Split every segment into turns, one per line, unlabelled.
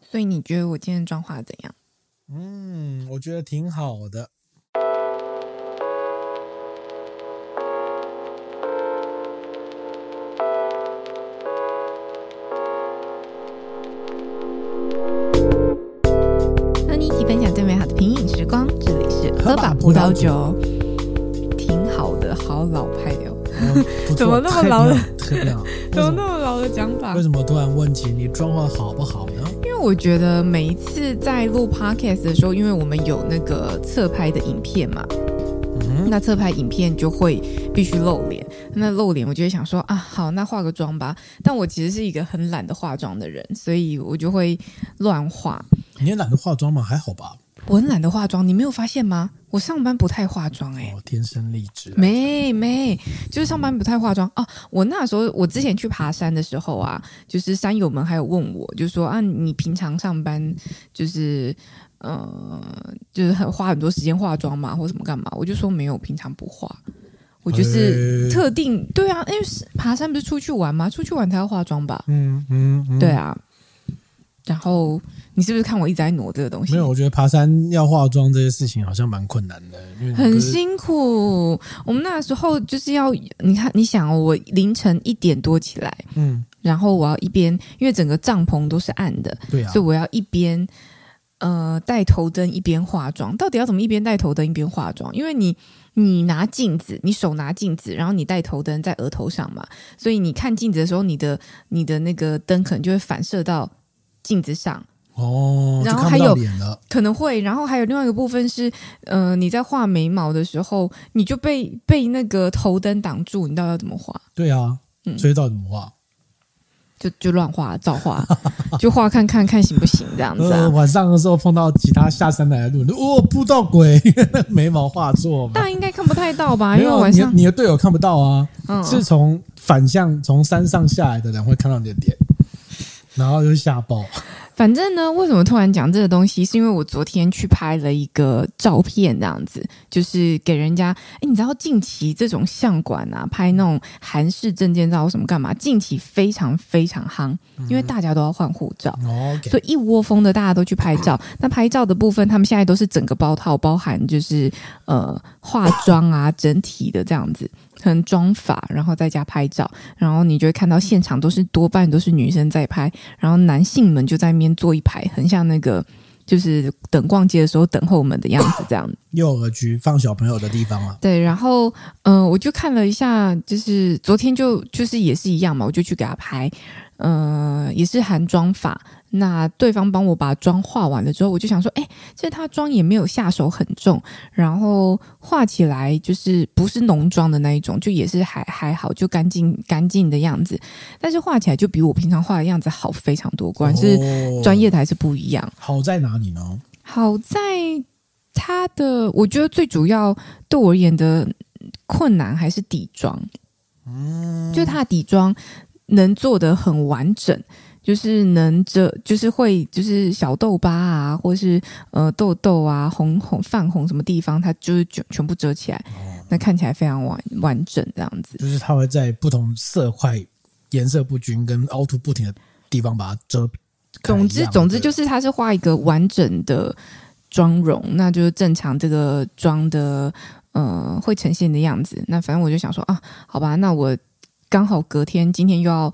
所以你觉得我今天妆化怎样？
嗯，我觉得挺好的。
和你一起分享最美好的品饮时光，这里是
喝吧葡萄酒，
挺好的，好老派哦，
嗯、不错
怎么那么老？
特别好，特
怎
别好
么那么老的讲法
为什么？为？什么突然问起你妆化好不好呢？
因为我觉得每一次在录 podcast 的时候，因为我们有那个侧拍的影片嘛，
嗯，
那侧拍影片就会必须露脸，那露脸我就会想说啊，好，那化个妆吧。但我其实是一个很懒得化妆的人，所以我就会乱化。
你也懒得化妆嘛，还好吧？
我很懒得化妆，你没有发现吗？我上班不太化妆、欸，哎、
我哦天生丽质啊，
没没，就是上班不太化妆哦、我那时候，我之前去爬山的时候啊，就是山友们还有问我，就说啊，你平常上班就是呃，就是很花很多时间化妆嘛，或什么干嘛？我就说没有，平常不化。我就是
哎
特定对啊，因为是爬山不是出去玩吗？出去玩才要化妆吧？
嗯嗯嗯，
对啊。然后你是不是看我一直在挪这个东西？
没有，我觉得爬山要化妆这些事情好像蛮困难的，因为你不
很
嗯是
辛苦。我们那时候就是要，你看，你想、哦，我凌晨一点多起来，
嗯，
然后我要一边，因为整个帐篷都是暗的，
对啊
所以，我要一边呃带头灯一边化妆。到底要怎么一边带头灯一边化妆？因为你你拿镜子，你手拿镜子，然后你带头灯在额头上嘛，所以你看镜子的时候，你的你的那个灯可能就会反射到镜子上。
哦，
然后
就
还
看不到
有
脸了，
可能会，然后还有另外一个部分是，呃，你在画眉毛的时候，你就被被那个头灯挡住，你到底要怎么画？
对啊，
嗯
所以到底怎么画？
就就乱画，照 画，就画看看看行不行这样子
呃，
啊。
晚上的时候碰到其他下山来的路人，哦，扑到鬼， 眉毛画错嘛。
但应该看不太到吧？因
没
为
有，
哎
啊
晚
你的
上，
你的队友看不到啊，
嗯，
是从反向从山上下来的人会看到你的脸，然后就吓爆。
反正呢，为什么突然讲这个东西？是因为我昨天去拍了一个照片，这样子，就是给人家。哎，你知道近期这种相馆啊，拍那种韩式证件照或什么干嘛？近期非常非常夯，
嗯
因为大家都要换护照。所
OK，
以一窝蜂的大家都去拍照。那拍照的部分，他们现在都是整个包套，包含就是呃化妆啊，整体的这样子，可能妆法，然后再加拍照。然后你就会看到现场都是多半都是女生在拍，然后男性们就在那边坐一排，很像那个就是等逛街的时候等候门的样子这样子
幼儿区放小朋友的地方啊，
对，然后嗯、呃我就看了一下，就是昨天就就是也是一样嘛，我就去给他拍，嗯、也是含妆法。那对方帮我把妆化完了之后，我就想说，哎，其实他妆也没有下手很重，然后画起来就是不是浓妆的那一种，就也是还还好，就干净干净的样子。但是画起来就比我平常画的样子好非常多，果然是
哦
专业的还是不一样。
好在哪里呢？
好在它的，我觉得最主要对我而言的困难还是底妆，嗯，就它的底妆能做的很完整。就是能遮，就是会，就是小痘疤啊，或是呃痘痘啊、红红泛红什么地方，它就是全全部遮起来，那看起来非常完完整这样子。
就是它会在不同色块、颜色不均跟凹凸不平的地方把它遮开一
总
样。
之，总之就是是它是画一个完整的妆容，那就是正常这个妆的呃会呈现的样子。那反正我就想说啊，好吧，那我刚好隔天今天又要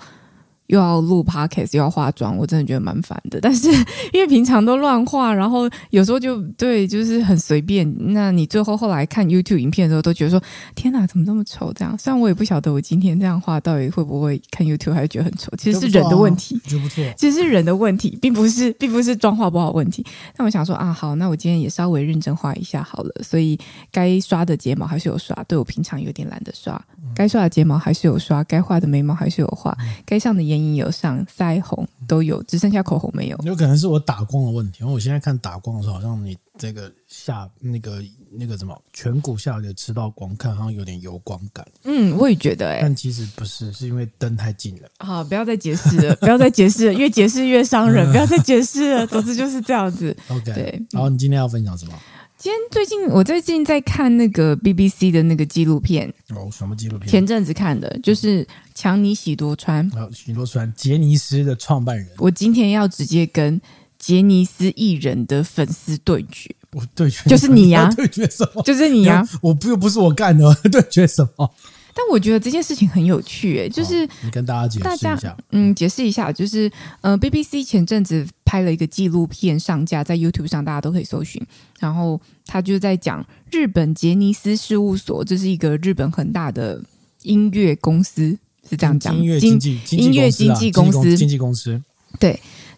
又要录 podcast 又要化妆，我真的觉得蛮烦的。但是因为平常都乱化，然后有时候就对就是很随便。那你最后后来看 YouTube 影片的时候，都觉得说天哪，怎么这么丑？这样，虽然我也不晓得我今天这样画到底会不会看 YouTube 还会觉得很丑，其实是人的问题。
我觉得不错。
其实是人的问题，并不是并不是妆化不好的问题。那我想说啊，好，那我今天也稍微认真画一下好了。所以该刷的睫毛还是有刷，对我平常有点懒得刷。该刷的睫毛还是有刷，该画的眉毛还是有画，该上的眼影有上，腮红都有，只剩下口红没有。
有可能是我打光的问题，因为我现在看打光的时候，好像你这个下那个那个什么颧骨下的吃到光，看好像有点油光感，
嗯，我也觉得哎、
但其实不是，是因为灯太近了。
好，不要再解释了，不 要再解释了，越解释越伤人，不要再解释了。总之就是这样子。
OK，
对嗯
然后你今天要分享什么？
今天最近我最近在看那个 BBC 的那个纪录片，
哦，什么纪录片
前？阵子看的，就是强尼喜多川。
然后许多川杰尼斯的创办人，
我今天要直接跟杰尼斯艺人的粉丝对决，
我 对决
就是你 呀
对决什么？
就是你呀、
我不又不是我干的， 对决什么？
但我觉得这件事情很有趣、
哦
诶，就是
好你跟大家解
大
释
家
一下，
嗯，解释一下，就是呃，BBC 前阵子拍了一个纪录片上架在 YouTube 上，大家都可以搜寻。然后他就在讲日本杰尼斯事务所，这是一个日本很大的音乐公司，是这样讲。
音乐经
经
纪
音乐经纪
纪
公司
经纪公司，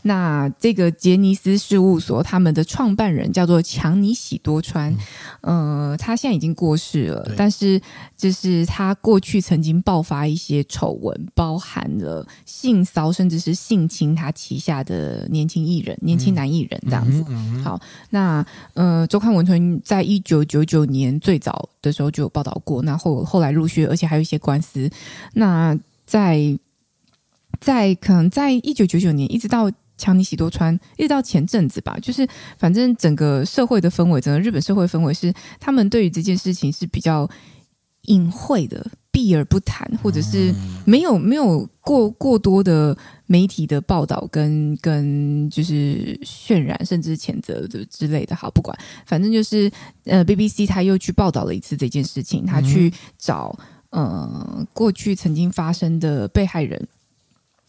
那这个杰尼斯事务所，他们的创办人叫做强尼喜多川，呃，他现在已经过世了
嗯对，
但是就是他过去曾经爆发一些丑闻，包含了性骚甚至是性侵他旗下的年轻艺人、年轻男艺人这样子。
嗯哼嗯哼
好那呃，周刊文春在一九九九年最早的时候就有报道过，那后后来陆续，而且还有一些官司。那在在可能在一九九九年一直到强尼喜多川，一直到前阵子吧，就是反正整个社会的氛围，整个日本社会氛围是他们对于这件事情是比较隐晦的，避而不谈，或者是没有没有过过多的媒体的报道跟跟就是渲染，甚至谴责的之类的。好，不管，反正就是呃，BBC 他又去报道了一次这件事情，他去找、呃过去曾经发生的被害人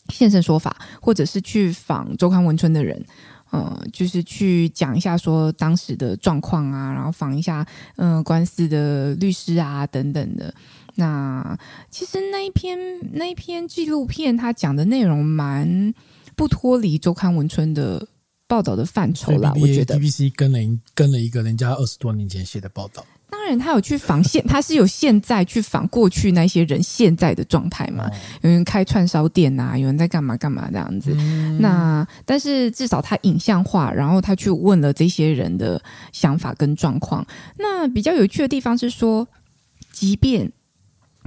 现身说法，或者是去访周刊文春的人。呃，就是去讲一下说当时的状况啊，然后访一下嗯、呃官司的律师啊等等的。那其实那一篇那一篇纪录片，它讲的内容蛮不脱离周刊文春的报道的范畴
所以
啦，我觉得
BBC 跟了一跟了一个人家二十多年前写的报道，
当然，他有去仿现，他是有现在去仿过去那些人现在的状态嘛？有人开串烧店啊，有人在干嘛干嘛这样子。那但是至少他影像化，然后他去问了这些人的想法跟状况。那比较有趣的地方是说，即便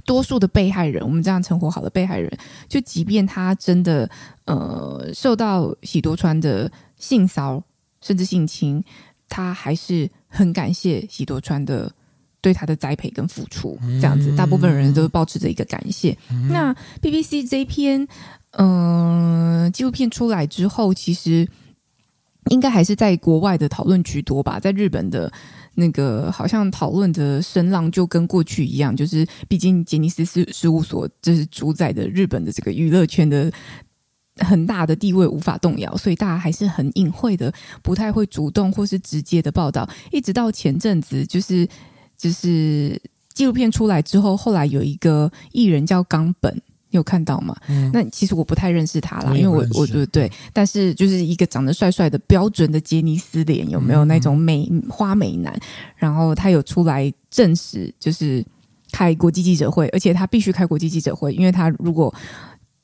多数的被害人，我们这样称呼好了，被害人，就即便他真的呃受到喜多川的性骚甚至性侵，他还是很感谢喜多川的对他的栽培跟付出，这样子，大部分人都保持着一个感谢。那 BBC 这一篇嗯、呃纪录片出来之后，其实应该还是在国外的讨论居多吧，在日本的。那个好像讨论的声浪就跟过去一样，就是毕竟杰尼斯事事务所这是主宰的日本的这个娱乐圈的很大的地位无法动摇，所以大家还是很隐晦的不太会主动或是直接的报道，一直到前阵子就是就是纪录片出来之后，后来有一个艺人叫冈本。你有看到吗？
嗯
那其实我不太认识他啦，
我也
因为
不
我
认识
我觉得对，但是就是一个长得帅帅的标准的杰尼斯脸，有没有那
嗯
种美花美男？然后他有出来证实，就是开国际记者会，而且他必须开国际记者会，因为他如果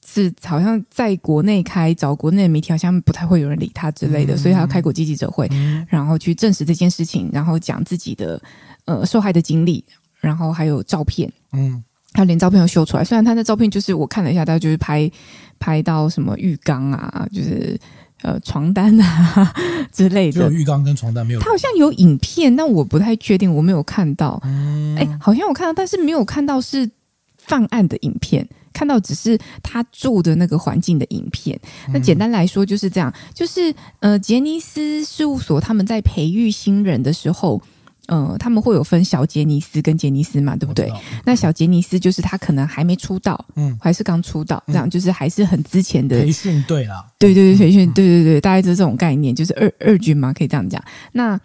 是好像在国内开找国内的媒体，好像不太会有人理他之
嗯
类的，所以他要开国际记者会，然后去证实这件事情，然后讲自己的呃受害的经历，然后还有照片，
嗯，
他连照片都秀出来。虽然他那照片就是我看了一下，大家就是拍拍到什么浴缸啊，就是呃床单啊 之类
就
的
有，浴缸跟床单没有
他，好像有影片，但我不太确定，我没有看到。哎、
嗯
好像我看到，但是没有看到是犯案的影片，看到只是他住的那个环境的影片。
嗯
那简单来说就是这样，就是呃，杰尼斯事务所他们在培育新人的时候。呃，他们会有分小杰尼斯跟杰尼斯嘛，对不
我知
对
道？
那小杰尼斯就是他可能还没出道，
嗯
嗯，还是刚出道，这样就是还是很之前的
培训队啦，
对对对，培训，对对对，大概就是这种概念，就是二二军嘛，可以这样讲。那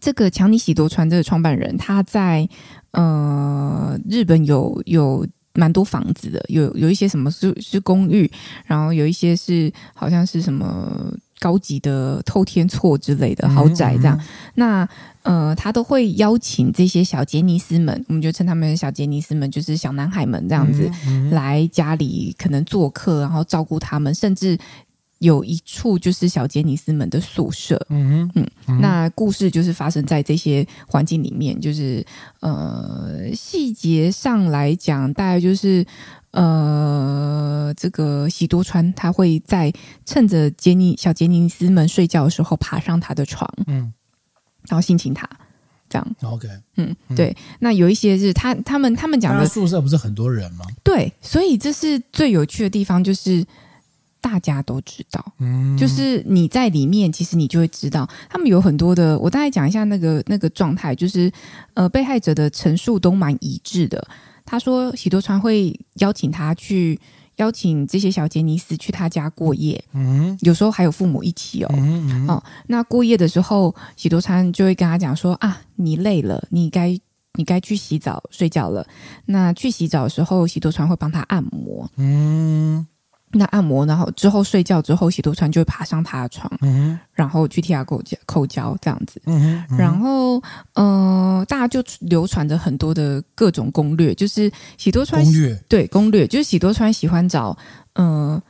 这个强尼喜多川这个创办人，他在呃日本有有蛮多房子的，有有一些什么是是公寓，然后有一些是好像是什么高级的透天厝之类的豪宅这样。那呃，他都会邀请这些小杰尼斯们，我们就称他们小杰尼斯们，就是小男孩们这样子，
嗯
来家里可能做客，然后照顾他们，甚至有一处就是小杰尼斯们的宿舍。
嗯
嗯，那故事就是发生在这些环境里面，就是呃，细节上来讲，大概就是呃，这个喜多川他会在趁着杰尼小杰尼斯们睡觉的时候爬上他的床，
嗯
然后性侵他。这样，
哼，OK，
嗯，对。那有一些是他他们他们讲
大
的
家宿舍不是很多人吗？
对，所以这是最有趣的地方，就是。大家都知道。
嗯，
就是你在里面，其实你就会知道，他们有很多的。我大概讲一下那个那个状态，就是呃，被害者的陈述都蛮一致的。他说，喜多川会邀请他去，邀请这些小杰尼斯去他家过夜，
嗯
有时候还有父母一起哦。
嗯嗯
哦，那过夜的时候，喜多川就会跟他讲说啊，你累了，你该你该去洗澡睡觉了。那去洗澡的时候，喜多川会帮他按摩，
嗯
那按摩，然后之后睡觉之后，喜多川就会爬上他的床，
嗯
然后去替他口交口交这样子。
嗯嗯，
然后，呃，大家就流传着很多的各种攻略，就是喜多川
攻略，
对攻略，就是喜多川喜欢找，呃，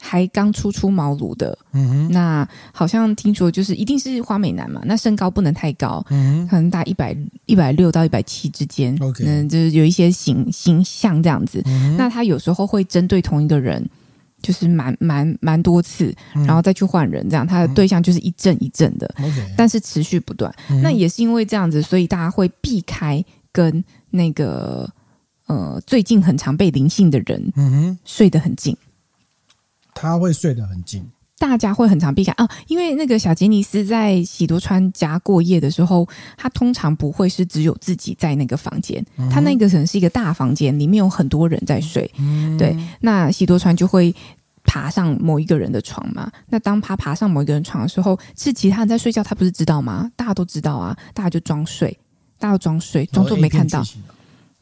还刚初出茅庐的，
嗯哼
那好像听说就是一定是花美男嘛，那身高不能太高，
嗯
可能大一百一百六到一百七之间
OK
嗯，就是有一些形形象这样子。
嗯，
那他有时候会针对同一个人，就是蛮蛮蛮多次，
嗯
然后再去换人，这样他的对象就是一阵一阵的，
OK，
但是持续不断。那也是因为这样子，所以大家会避开跟那个呃最近很常被灵性的人
嗯哼，
睡得很近。
他会睡得很近，
大家会很常避开啊，因为那个小杰尼斯在喜多川家过夜的时候，他通常不会是只有自己在那个房间，他那个可能是一个大房间，里面有很多人在睡。
嗯
对，那喜多川就会爬上某一个人的床嘛。那当他爬上某一个人床的时候，是其他人在睡觉，他不是知道吗？大家都知道啊，大家就装睡，大家都装睡，装
哦
作没看到，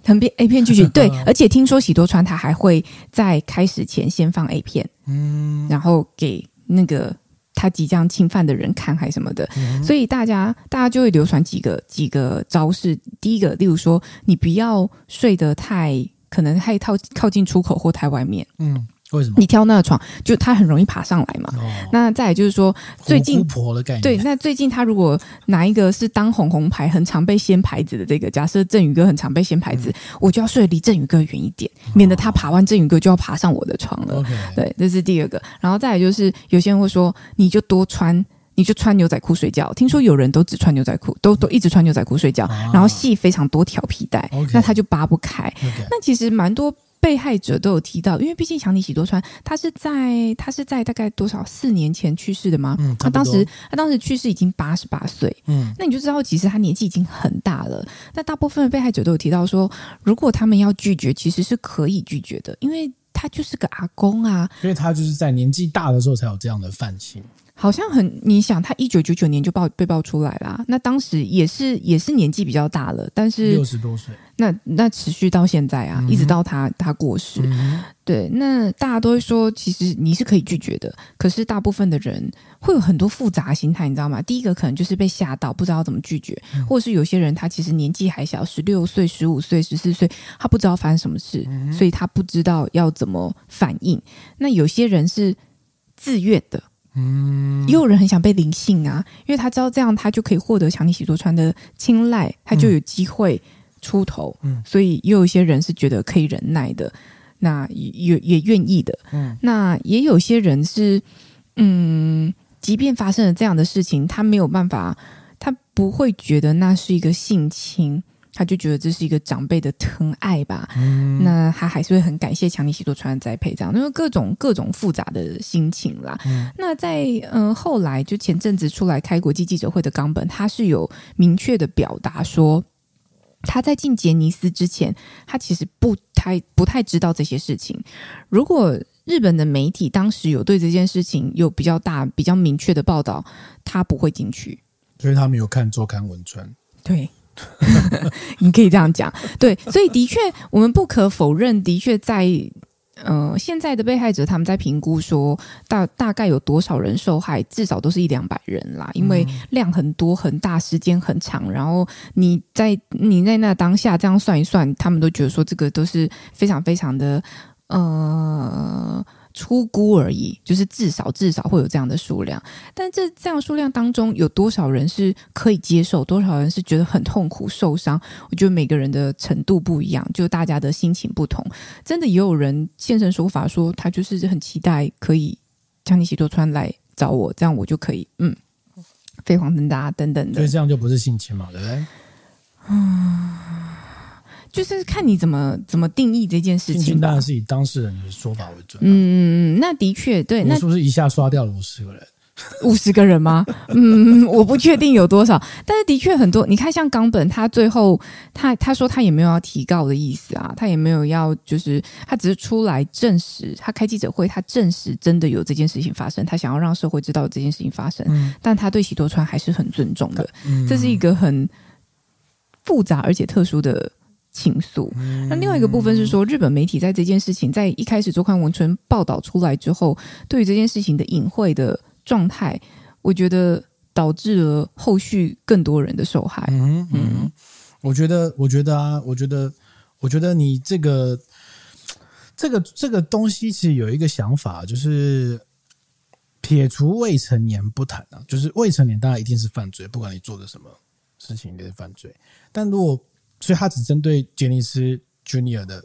很片 A 片剧情。对，而且听说喜多川他还会在开始前先放 A 片，
嗯
然后给那个。他即将侵犯的人看还什么的，所以大家大家就会流传几个几个招式。第一个，例如说，你不要睡得太可能太靠靠近出口或太外面，
嗯，为什么？
你挑那个床，就他很容易爬上来嘛。
哦，
那再来就是说，最近
虎婆的概念，
对，那最近他如果哪一个是当红红牌，很常被掀牌子的这个，假设振宇哥很常被掀牌子，
嗯
我就要睡离振宇哥远一点，免得他爬完振宇哥就要爬上我的床了。
OK，
对，这是第二个。然后再来就是，有些人会说，你就多穿，你就穿牛仔裤睡觉。听说有人都只穿牛仔裤，都都一直穿牛仔裤睡觉，
啊
然后系非常多条皮带
OK
那他就拔不开。
OK，
那其实蛮多被害者都有提到，因为毕竟强尼喜多川他是在他是在大概多少四年前去世的吗？
嗯
他
差不多
当时他当时去世已经八十八岁，
嗯
那你就知道其实他年纪已经很大了。那大部分的被害者都有提到说，如果他们要拒绝，其实是可以拒绝的，因为他就是个阿公啊，
因为他就是在年纪大的时候才有这样的犯性，
好像很，你想他一九九九年就爆被爆出来啦，那当时也是也是年纪比较大了，但是
六十多岁，
那那持续到现在啊，一直到他他过世，
嗯
对，那大家都会说，其实你是可以拒绝的，可是大部分的人会有很多复杂心态，你知道吗？第一个可能就是被吓到，不知道怎么拒绝，
嗯
或者是有些人他其实年纪还小，十六岁、十五岁、十四岁，他不知道发生什么事，
嗯
所以他不知道要怎么反应。那有些人是自愿的，
嗯
也有人很想被灵性啊，因为他知道这样他就可以获得强尼喜多川的青睐，他就有机会出头。
嗯
所以也有一些人是觉得可以忍耐的，那也也也愿意的。
嗯
那也有些人是，嗯，即便发生了这样的事情，他没有办法，他不会觉得那是一个性侵，他就觉得这是一个长辈的疼爱吧。
嗯
那他还是会很感谢强尼喜多川的栽培，这样，因为各种各种复杂的心情啦。
嗯
那在呃后来，就前阵子出来开国际记者会的冈本，他是有明确的表达说。他在进杰尼斯之前，他其实不太不太知道这些事情。如果日本的媒体当时有对这件事情有比较大、比较明确的报道，他不会进去。
所以他没有看周刊文春，
对， 你可以这样讲。对，所以的确，我们不可否认，的确在呃现在的被害者，他们在评估说大大概有多少人受害，至少都是一两百人啦，因为量很多、很大、时间很长。然后你在你在那当下这样算一算，他们都觉得说这个都是非常非常的呃。出估而已，就是至少至少会有这样的数量。但这这样数量当中，有多少人是可以接受，多少人是觉得很痛苦、受伤？我觉得每个人的程度不一样，就大家的心情不同。真的也有人现身说法说，他就是很期待可以将你喜多川来找我，这样我就可以嗯，飞黄腾达等等
所以
的。
这样就不是性侵嘛，对不对？
就是看你怎么怎么定义这件事
进
情
去
吧
当然。是以当事人的说法为准。
嗯嗯嗯，那的确对，那
我是不是一下刷掉了五十个人？
五十个人吗？嗯，我不确定有多少，但是的确很多。你看，像冈本，他最后他他说他也没有要提告的意思啊，他也没有要就是他只是出来证实，他开记者会，他证实真的有这件事情发生，他想要让社会知道这件事情发生，
嗯
但他对喜多川还是很尊重的，
嗯
这是一个很复杂而且特殊的情愫。
嗯
那另外一个部分是说，日本媒体在这件事情在一开始周刊文春报道出来之后，对于这件事情的隐晦的状态，我觉得导致了后续更多人的受害。
嗯嗯，我觉得，我觉得啊，我觉得，我觉得你这个这个这个东西，其实有一个想法，就是撇除未成年不谈啊，就是未成年当然一定是犯罪，不管你做的什么事情，一定是犯罪。但如果所以他只针对杰尼斯 Junior 的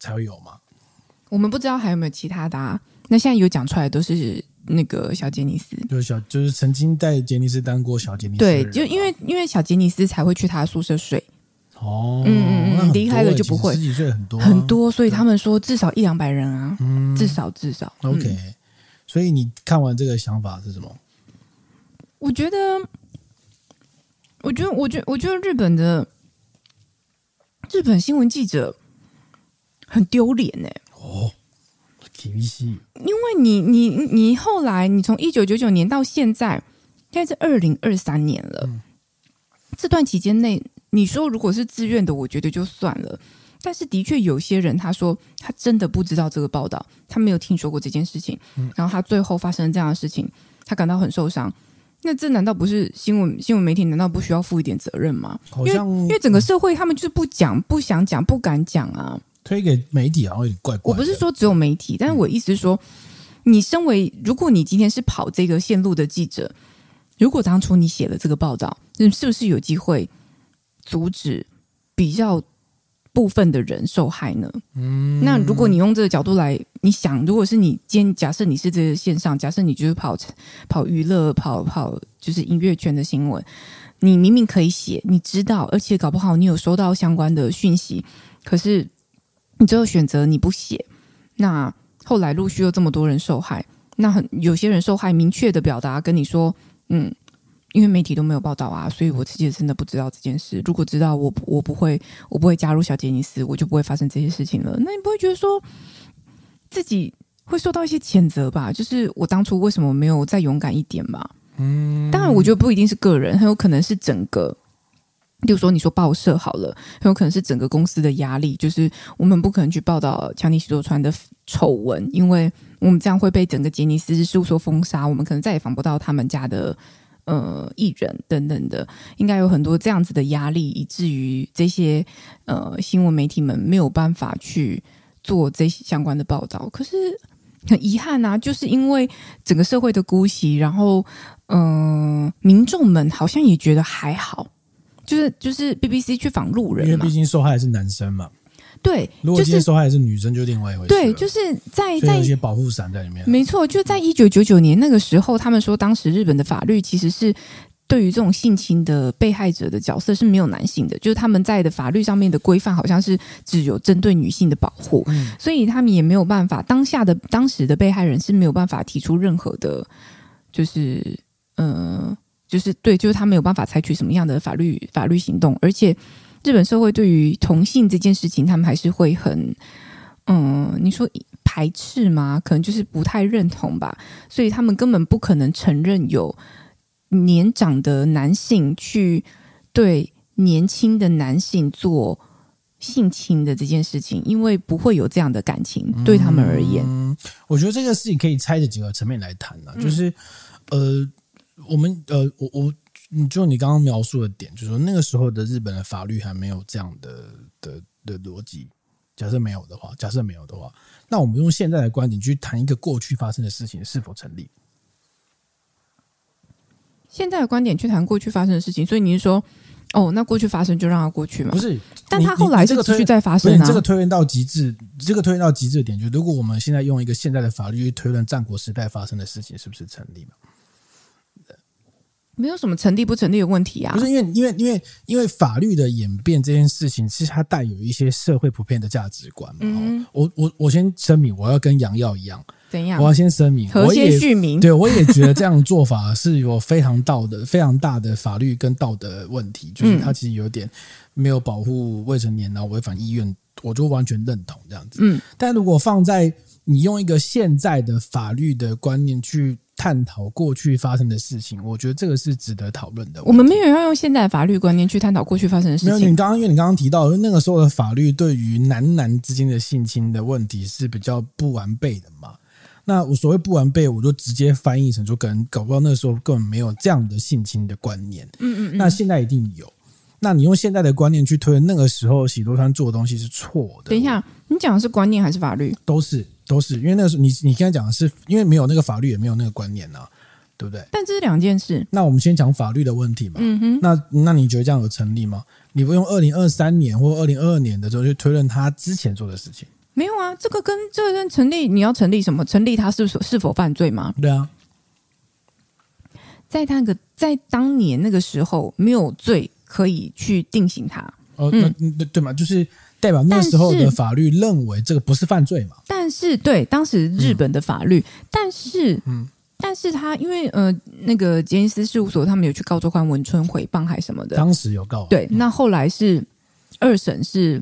才会有嘛？
我们不知道还有没有其他的、啊，那现在有讲出来都是那个小杰尼斯。
就是小，就是曾经在杰尼斯当过小杰尼斯的人
对
嘛，，
就因嗯为因为小杰尼斯才会去他的宿舍睡
哦，
嗯嗯嗯
那很多
离开了
欸
就不
其实
会
十几岁很多啊
很多，所以他们说至少一两百人啊，
嗯
至少至少。嗯
OK，、所以你看完这个想法是什么？
我觉得，我觉得，我觉得我觉得日本的日本新闻记者很丢脸欸呢、
哦，体育系，
因为你你你后来你从一九九九年到现在，现在是二零二三年了，这段期间内，你说如果是自愿的，我觉得就算了。但是的确有些人他说他真的不知道这个报道，他没有听说过这件事情，然后他最后发生这样的事情，他感到很受伤。那这难道不是新闻新闻媒体难道不需要负一点责任吗？
好像
因为整个社会他们就是不讲、不想讲、不敢讲啊。
推给媒体好像有点怪怪
我
的。
不是说只有媒体，但是我意思是说，你身为如果你今天是跑这个线路的记者，如果当初你写了这个报道，你是不是有机会阻止比较部分的人受害呢？嗯，那如果你用这个角度来，你想，如果是你今天假设你是这个线上，假设你就是跑跑娱乐、跑跑就是音乐圈的新闻。你明明可以写，你知道，而且搞不好你有收到相关的讯息，可是你最后选择你不写，那后来陆续又这么多人受害，那很有些人受害，明确的表达跟你说，嗯，因为媒体都没有报道啊，所以我自己真的不知道这件事。如果知道我不，我不会，我不会加入小杰尼斯，我就不会发生这些事情了。那你不会觉得说自己会受到一些谴责吧？就是我当初为什么没有再勇敢一点吧？嗯，当然，我觉得不一定是个人，很有可能是整个。比如说，你说报社好了，很有可能是整个公司的压力，就是我们不可能去报道强尼喜多川的丑闻，因为我们这样会被整个杰尼斯事务所封杀，我们可能再也访不到他们家的呃艺人等等的，应该有很多这样子的压力，以至于这些呃新闻媒体们没有办法去做这些相关的报道。可是很遗憾啊，就是因为整个社会的姑息，然后嗯、呃民众们好像也觉得还好。就是就是 BBC 去访路
因为
人啊嘛
毕，竟受害的是男生嘛，
对，
如果
就
今天
是
受害的是女生，就另外一回事了。
对，就是在
所以有
在
一些保护伞在里面。啊
没错，就在一九九九年那个时候，他们说当时日本的法律其实是对于这种性侵的被害者的角色是没有男性的，就是他们在的法律上面的规范好像是只有针对女性的保护，
嗯
所以他们也没有办法，当下的当时的被害人是没有办法提出任何的，就是呃，就是对，就是他没有办法采取什么样的法律法律行动，而且日本社会对于同性这件事情，他们还是会很，嗯、你说排斥吗？可能就是不太认同吧，所以他们根本不可能承认有年长的男性去对年轻的男性做。性侵的这件事情，因为不会有这样的感情，对他们而言，嗯
嗯，我觉得这个事情可以拆解几个层面来谈呢、就是呃，我们呃，我我你就你刚刚描述的点，就是说那个时候的日本的法律还没有这样的的的逻辑。假设没有的话，假设没有的话，那我们用现在的观点去谈一个过去发生的事情是否成立？
现在的观点去谈过去发生的事情，所以你是说，哦，那过去发生就让它过去嘛
不？是，
但
你
它
你
后来
你这
是
个
继
推
续在发
所
生
以
啊。
这个推论到极致，这个推论到极致的点就是，如果我们现在用一个现在的法律去推论战国时代发生的事情，是不是成立嘛？
没有什么成立不成立的问题啊
不。是因为因为因为因为法律的演变这件事情，其实它带有一些社会普遍的价值观嘛。
嗯
哦我我我先声明，我要跟杨耀一样，
怎样
我？要先声明，
和
我也
谐续名，
对我也觉得这样做法是有非常道德、非常大的法律跟道德问题，
嗯
就是它其实有点没有保护未成年，然后违反意愿，我就完全认同这样子。
嗯，
但如果放在你用一个现在的法律的观念去探讨过去发生的事情，我觉得这个是值得讨论的问题。
我们没有要用现在的法律观念去探讨过去发生的事
没有，你
情。
刚刚因为你刚刚提到，那个时候的法律对于男男之间的性侵的问题是比较不完备的嘛？那我所谓不完备，我就直接翻译成说，可能搞不好那时候根本没有这样的性侵的观念。
嗯嗯嗯，
那现在一定有。那你用现在的观念去推，那个时候喜多川做的东西是错的。
等一，下，你讲的是观念还是法律？
都是都是，因为那个时候你你刚才讲的是，因为没有那个法律，也没有那个观念啊，对不对？
但这是两件事。
那我们先讲法律的问题嘛。
嗯哼，
那那你觉得这样有成立吗？你不用二零二三年或二零二二年的时候去推论他之前做的事情，
没有啊，这个跟这个跟成立，你要成立什么？成立他是否是否犯罪吗？
对啊，
在那个在当年那个时候，没有罪可以去定型他，
哦，
嗯
那嗯对对嘛，就是代表那时候
但
的
是
法律认为这个不是犯罪嘛，
但是对当时日本的法律，但是
嗯
但是他因为呃那个杰尼斯事务所他们有去告周宽文春诽谤还什么的，
当时有告啊、
对，那后来是二审是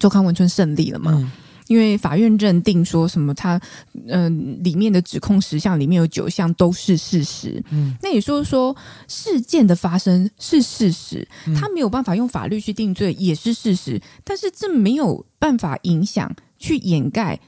周刊文春胜利了嘛？
嗯
因为法院认定说什么他嗯、里面的指控十项里面有九项都是事实，
嗯
那也就是说事件的发生是事实，
嗯
他没有办法用法律去定罪也是事实，但是这没有办法影响去掩盖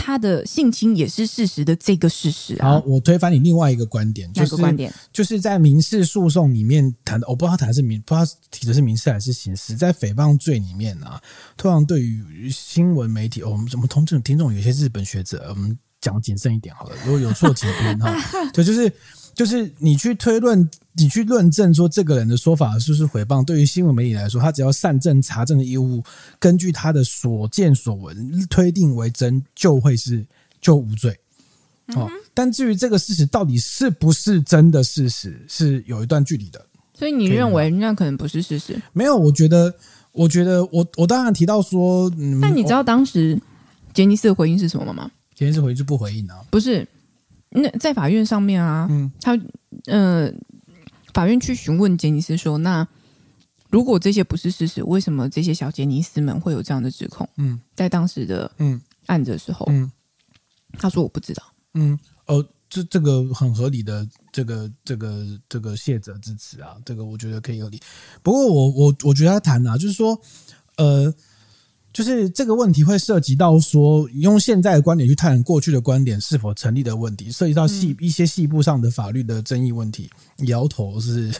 他的性侵也是事实的这个事实
好
啊，，
我推翻你另外一个观点，就
哪
是
个观点？
就是在民事诉讼里面谈的，我不知道他谈的是民，不知道他提的是民事还是刑事，在诽谤罪里面啊，通常对于新闻媒体，哦我们我们同听听众有些日本学者，我们讲谨慎一点好了，如果有错请编哈。对，就是就是你去推论，你去论证说这个人的说法是不是诽谤，对于新闻媒体来说，他只要善证查证的义务，根据他的所见所闻推定为真，就会是就无罪。
嗯
哦，但至于这个事实到底是不是真的事实，是有一段距离的。
所以你
可以
认为那可能不是事实？
没有，我觉得，我觉得，我我当然提到说，嗯，
但你知
我
道当时杰尼斯的回应是什么吗？
今天是回去不回应啊？
不是，那在法院上面啊，
嗯
他呃，法院去询问杰尼斯说，那如果这些不是事实，为什么这些小杰尼斯们会有这样的指控？
嗯
在当时的
嗯
案子的时候，
嗯
他说我不知道。
嗯，哦，这这个很合理的，这个这个这个谢者之词啊，这个我觉得可以合理。不过我我我觉得他谈啊，就是说，呃，就是这个问题会涉及到说，用现在的观点去探过去的观点是否成立的问题，涉及到
嗯
细、一些细部上的法律的争议问题。摇头是，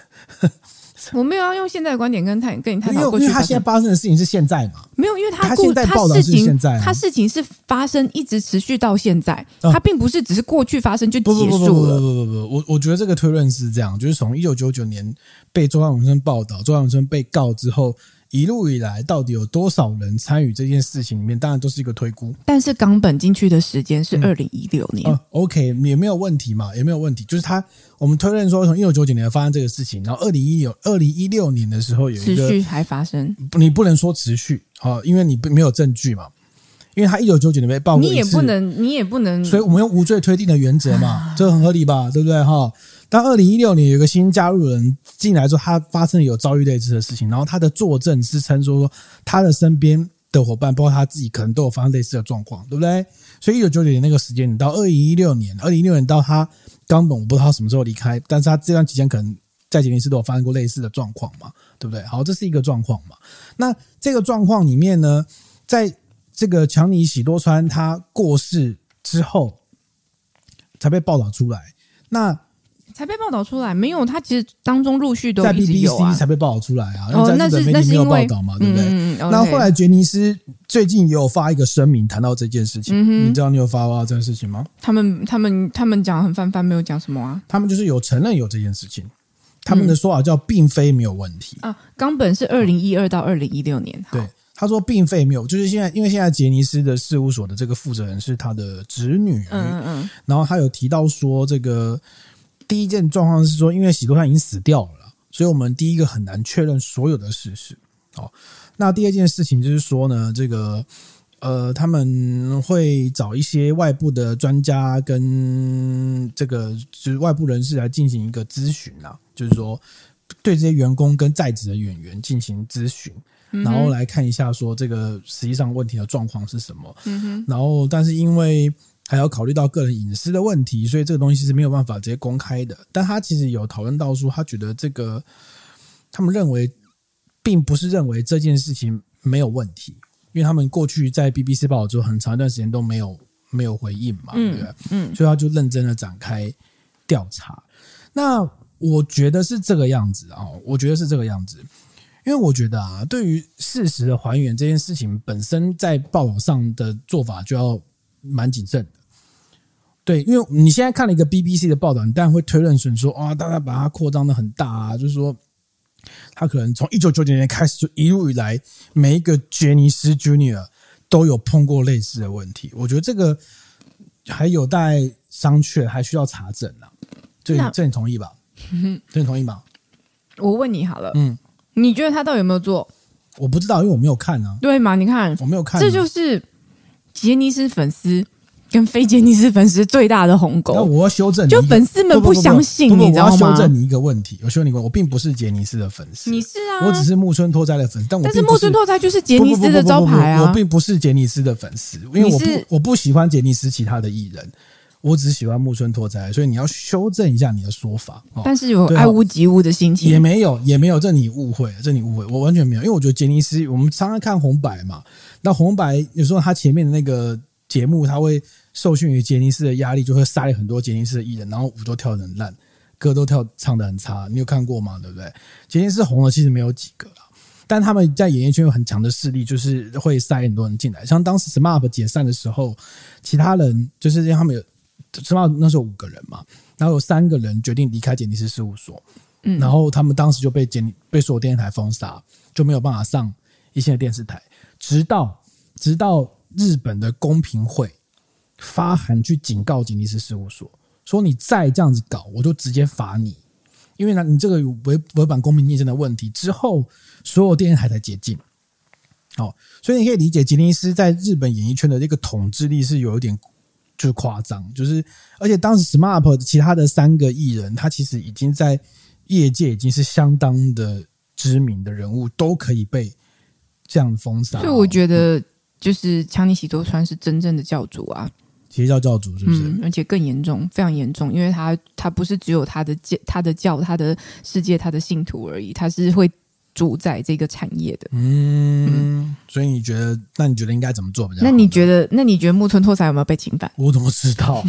我没有要用现在的观点跟探跟你探
因为
讨
因
过
为
去
他
发
现在
生，
发生的事情是现在嘛，
没有，因为
他
故
现在报道
事
是
情
现在啊
他事情是发生一直持续到现在，
啊
他并不是只是过去发生就
不不
结
不不
束
不
了。
不不不，我我觉得这个推论是这样，就是从一九九九年被周汉文生报道，周汉文生被告之后，一路以来到底有多少人参与这件事情里面，当然都是一个推估。
但是冈本进去的时间是
嗯
二零一六年，
啊、o k 也没有问题嘛，也没有问题。就是他，我们推论说，从一九九九年发生这个事情，然后二零一九、二零一六年的时候有一
持
个
续还发生。
你不能说持续啊、因为你不没有证据嘛，因为他一九九九年被报过一
你
次，
也不能，你也不能，
所以我们用无罪推定的原则嘛，这很合理吧，对不对哈？当二零一六年有一个新加入人进来之后，他发生有遭遇类似的事情，然后他的作证支撑说他的身边的伙伴，包括他自己，可能都有发生类似的状况，对不对？所以一九九九年那个时间，你到二零一六年，二零一六年到他冈本，我不知道他什么时候离开，但是他这段期间可能在吉林斯都有发生过类似的状况嘛，对不对？好，这是一个状况嘛。那这个状况里面呢，在这个强尼喜多川他过世之后才被报道出来，那
才被报道出来。没有，他其实当中陆续都
在
一直有啊
BBC。才被报道出来啊，
哦，
因
那
为在日
是
本
那
媒
是
体没有
因
报
为，
道嘛，对不对？
嗯嗯嗯
那
OK
后来杰尼斯最近也有发一个声明谈到这件事情，
嗯哼
你知道你有发到这件事情吗？
他们他们他们讲很泛泛，没有讲什么啊
他们就是有承认有这件事情，他们的说法叫并非没有问题。
啊！冈本是二零一二到二零一六年，好
对，他说并非没有，就是现在因为现在杰尼斯的事务所的这个负责人是他的侄女儿，
嗯嗯嗯，
然后他有提到说这个第一件状况是说，因为喜多川已经死掉了啦，所以我们第一个很难确认所有的事实。哦，那第二件事情就是说呢，这个呃，他们会找一些外部的专家跟这个就是外部人士来进行一个咨询啊，就是说对这些员工跟在职的演员进行咨询。然后来看一下说这个实际上问题的状况是什么。嗯、然后，但是因为还要考虑到个人隐私的问题，所以这个东西是没有办法直接公开的。但他其实有讨论到说，他觉得这个他们认为并不是认为这件事情没有问题，因为他们过去在 BBC 报道之后很长一段时间都没有没有回应嘛，对不对？
嗯，
所以他就认真的展开调查。那我觉得是这个样子啊、哦，我觉得是这个样子。因为我觉得啊，对于事实的还原这件事情本身，在报道上的做法就要蛮谨慎的。对，因为你现在看了一个 BBC 的报道，你当然会推论成说，啊、大家把它扩张的很大啊，就是说，他可能从一九九九年开始就一路以来，每一个杰尼斯 Junior 都有碰过类似的问题。我觉得这个还有待商榷，还需要查证啊。这
那
这你同意吧？这你同意吧？
我问你好了，
嗯，
你觉得他到底有没有做？
我不知道，因为我没有看啊，
对吗？你看，
我没有看啊、
这就是杰尼斯粉丝跟非杰尼斯粉丝最大的鸿
那
沟，
我要修正你一个，
就粉丝们
不
相信，
不不不
你知道
我要
吗
修？正你一个问题，我修正你一个问题，我并不是杰尼斯的粉丝，
你是啊，
我只是木村拓哉的粉丝，但我
但是
并不
木村拓哉就是杰尼斯的招牌
不不不不不
啊
我，并不是杰尼斯的粉丝，因为我不
你是
我不喜欢杰尼斯其他的艺人，我只喜欢木村拓哉，所以你要修正一下你的说法。哦、
但是有
对啊
爱屋及乌的心
也
情。
没有，也没有，这你误会了，这你误会，我完全没有，因为我觉得杰尼斯，我们常常看红白嘛，那红白有时候他前面的那个节目，他会受训于杰尼斯的压力，就会塞很多杰尼斯的艺人，然后舞都跳得很烂，歌都跳唱得很差，你有看过吗？对不对？杰尼斯红的其实没有几个啦，但他们在演艺圈有很强的势力，就是会塞很多人进来，像当时 SMAP 解散的时候，其他人就是让他们有 SMAP 那时候五个人嘛，然后有三个人决定离开杰尼斯事务所。
嗯
然后他们当时就被检被所有电视台封杀，就没有办法上一线的电视台，直到直到日本的公平会发函去警告吉尼斯事务所，说你再这样子搞，我就直接罚你，因为呢你这个有违违反公平竞争的问题。之后所有电视台才解禁。哦，所以你可以理解吉尼斯在日本演艺圈的这个统治力是有一点就是夸张，就是而且当时 SMAP 其他的三个艺人，他其实已经在业界已经是相当的知名的人物，都可以被这样封杀。
所以我
得
觉得，就是强尼喜多川是真正的教主啊，
邪教教主是不是？
嗯，而且更严重，非常严重，因为他他不是只有他的教、他的教、他的世界、他的信徒而已，他是会主宰这个产业的。
嗯，所以你觉得，那你觉得应该怎么做比较好？
那你觉得？那你觉得木村拓哉有没有被侵犯？
我怎么知 道？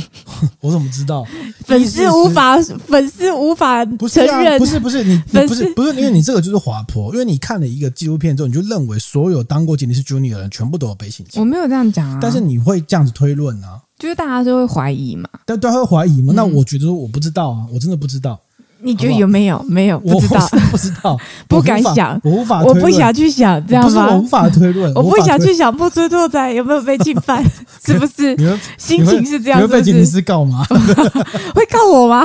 我怎么知道？
粉丝无法，粉丝无法
不是
承
啊
认，
不是不是你你
粉
不
丝
是不是，因为你这个就是滑坡，因为你看了一个纪录片之后，你就认为所有当过吉尼斯 Junior 的人全部都有被性侵
我，没有这样讲啊。
但是你会这样子推论啊？
就是大家都会怀疑嘛。
但对他会怀疑吗？
嗯
那我觉得说我不知道啊，我真的不知道，
你觉得有没有？没有，
我，
不知道
真的不知道，
不
我无法
敢想
我无法，
我不想，去想，知道
不是我无
吗？
法推论，
我
无
不
法
想
推
去想木村拓哉有没有被侵犯， 是不是
论。你会
心情是这样
你
是
会被
不
吉尼
是？
斯告吗？
会告我 吗？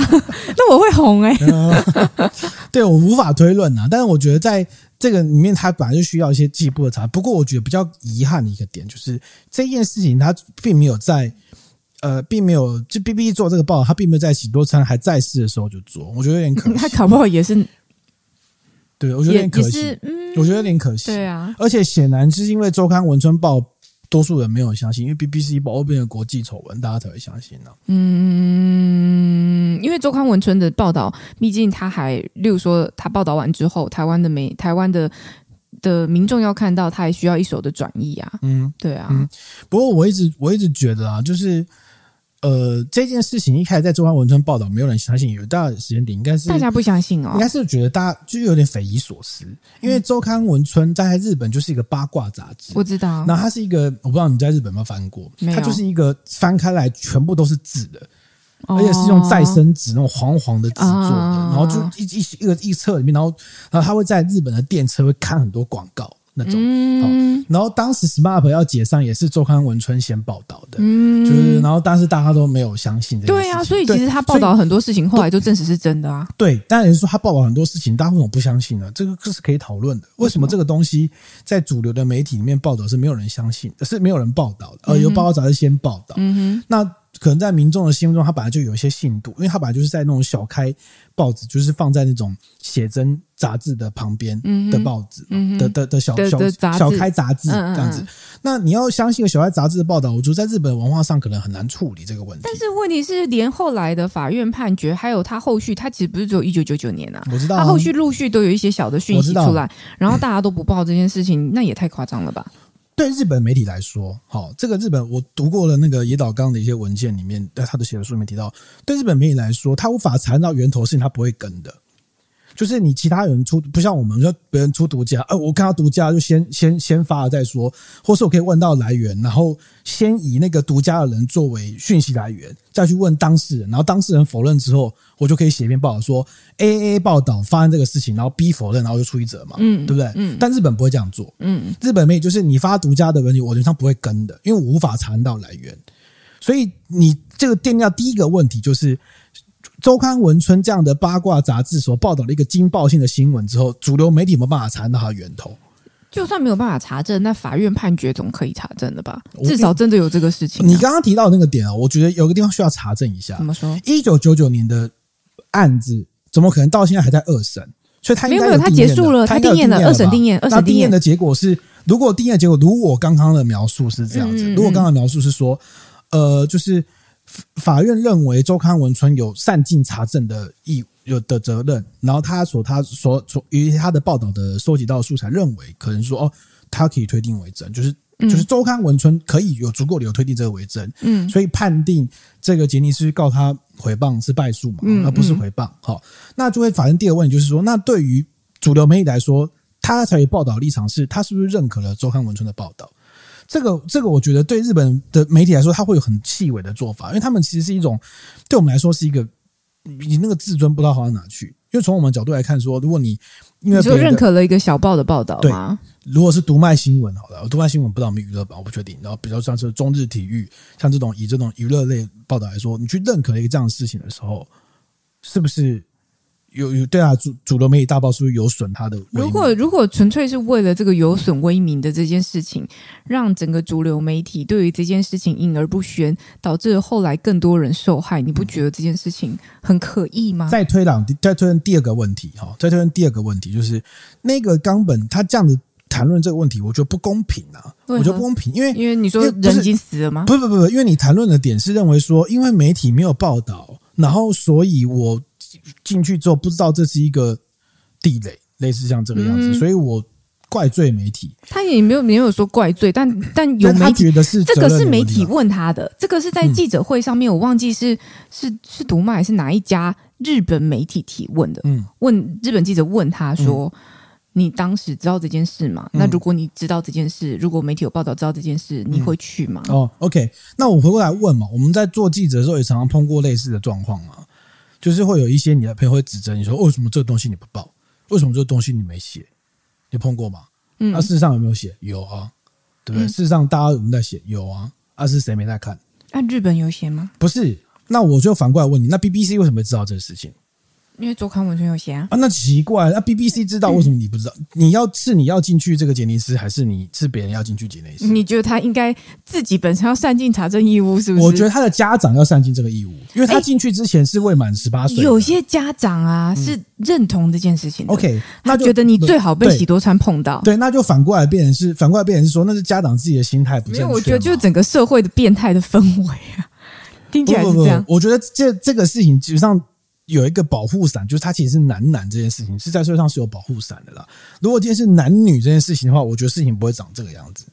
那我会红哎、
呃 对我无法推论啊，但是我觉得在这个里面，它本来就需要一些进一步的查。不过，我觉得比较遗憾的一个点就是这件事情，它并没有在呃，并没有就 B B 做这个报道，它并没有在喜多川还在世的时候就做，我觉得有 点可
他
惜。
搞不好也是，
对，我觉得
也
有点
也
可
是
惜，，
嗯，
我觉得有点可惜。
对啊，
而且显然是因为周刊文春报，多数人没有相信，因为 BBC 报变成国际丑闻，大家才会相信啊呢、
嗯，因为周刊文春的报道，毕竟他还，例如说他报道完之后，台湾的媒，台湾的的民众要看到，他还需要一手的转译啊，
嗯，
对啊，
嗯不过我一直我一直觉得啊，就是呃这件事情一开始在周刊文春报道，没有人相信，有一大时间点应该是
大家不相信哦
应，该是觉得大家就有点匪夷所思，因为周刊文春在日本就是一个八卦杂志。
我知道，
那它是一个，我不知道你在日本有没有翻过，
没有
它就是一个翻开来全部都是字的，
而
而且是用再生纸那种黄黄的纸做的，
哦啊
然后就一一一个一册里面，然后然后它会在日本的电车会看很多广告，那种。哦
嗯
然后当时 SMAP 要解散也是周刊文春先报道的，
嗯
就是然后但是大家都没有相信这件事
对
情。
啊，所以
对
其实他报道很多事情，后来就证实是真的啊。
对，当然说他报道很多事情，大家为什么不相信呢？这个这是可以讨论的。为什么这个东西在主流的媒体里面报道是没有人相信，是没有人报道的？呃，由报道杂志先报道。
嗯
那可能在民众的心目中，他本来就有一些信度，因为他本来就是在那种小开报纸，就是放在那种写真杂志的旁边的报纸嘛、
嗯哼
的的的小
的
小
的杂志
小开杂志
嗯嗯嗯
这样子。那你要相信有小开杂志的报道，我觉得在日本文化上可能很难处理这个问题
但。是问题是，连后来的法院判决，还有他后续，他其实不是只有一九九九年啊，
我知道、啊，
他后续陆续都有一些小的讯
我
息
知道
出来，然后大家都不报这件事情，那也太夸张了吧？
对日本媒体来说，好、这个日本我读过了那个野岛刚的一些文件里面，呃他的写的书里面提到，对日本媒体来说，他无法查到源头的事情，他不会跟的。就是你其他人出，不像我们说别人出独家，呃，我看到独家就先先先发了再说，或是我可以问到来源，然后先以那个独家的人作为讯息来源，再去问当事人，然后当事人否认之后，我就可以写一篇报道说 A A 报道发生这个事情，然后 B 否认，然后就出一则嘛，
嗯
对不对？
嗯
但日本不会这样做，
嗯
日本妹就是你发独家的文体，我原上不会跟的，因为我无法查到来源。所以你这个店要第一个问题就是，周刊文春这样的八卦杂志所报道的一个惊爆性的新闻之后，主流媒体有没有办法查到它的源头？
就算没有办法查证，那法院判决总可以查证的吧？
我
至少真的有这个事情啊、
你刚刚提到那个点啊，我觉得有个地方需要查证一下
怎。么说？
一九九九年的案子，怎么可能到现在还在二审？所以他应该
没有没有他
定验
结
的
束了他
他应该有
定验了
吧
二审定验二审
那
定验
验的结果是，如果定验的结果如我刚刚的描述是这样子，
嗯嗯
如果刚刚的描述是说，呃，就是法法院认为周刊文春有善尽查证的义务有的责任，然后他所他所所于他的报道的收集到的素材，认为可能说哦，他可以推定为真，就是。就是周刊文春可以有足够理由推定这个为真，
嗯
所以判定这个杰尼斯告他诽谤是败诉嘛，
嗯
而不是
嗯
诽谤。好，那就会反正第二个问题就是说，那对于主流媒体来说，他才有报道立场是，他是不是认可了周刊文春的报道？这个这个，我觉得对日本的媒体来说，他会有很细微的做法，因为他们其实是一种对我们来说是一个你那个自尊不知道跑到哪去。因为从我们角度来看说，如果你因为
你
别
说
人
认
的
可了一个小报的报道
对
吗？
如果是读卖新闻好了，读卖新闻不知道我们娱乐版，我不确定。然后比较像是中日体育，像这种以这种娱乐类报道来说，你去认可一个这样的事情的时候，是不是有有对啊主主流媒体大报是不是有损他的威名？
如果如果纯粹是为了这个有损威名的这件事情，让整个主流媒体对于这件事情隐而不宣，导致后来更多人受害，你不觉得这件事情很可疑吗？
再推导，再推论第二个问题哈，再推论第二个问题就是那个冈本他这样子谈论这个问题，我觉得不公平啊，
为何
我觉得不公平，因为
因为你说
因为不是
人已经死了吗？
不不不不，因为你谈论的点是认为说，因为媒体没有报道，然后所以我进去之后不知道这是一个地雷，类似像这个样子，
嗯
所以我怪罪媒体。
他也没有没有说怪罪， 但但有
但他
媒体
觉得是
这
责
个
任
是
的
媒
问
体
题嘛，啊
问他的，这个是
嗯
在记者会上面，我忘记是是是读卖还是哪一家日本媒体提问的。
嗯，
问日本记者问他说：“你当时知道这件事吗？
嗯
那如果你知道这件事，如果媒体有报道知道这件事，你会去吗？”
哦，OK，那我回过来问嘛，我们在做记者的时候也常常碰过类似的状况嘛，就是会有一些你的朋友会指责你说，为哦什么这个东西你不报？为什么这个东西你没写？你碰过吗？啊
嗯
那、事实上有没有写？有啊，对不对？
嗯
事实上大家有没有在写？有啊，啊是谁没在看？
那、啊日本有写吗？
不是，那我就反过来问你，那 BBC 为什么会知道这个事情
因为周刊文春有写啊。
啊？那奇怪，那 BBC 知道为什么你不知道？你要是你要进去这个杰尼斯，还是你是别人要进去杰尼 斯？
你觉得他应该自己本身要善尽查证义务，是不是？
我觉得他的家长要善尽这个义务，因为他进去之前是未满十八岁的。
有些家长啊、是认同这件事情的
OK，那
他
就
觉得你最好被
对
喜多川碰到。
对，那就反过来变成是反过来变成是说，那是家长自己的心态不
没
正确
有，
嘛。
我觉得就是整个社会的变态的氛围啊， 听
不
起来
不
是
不
这样，。
我觉得这这个事情，实际上有一个保护伞，就是它其实是男男这件事情是在社会上是有保护伞的啦。如果今天是男女这件事情的话，我觉得事情不会长这个样子。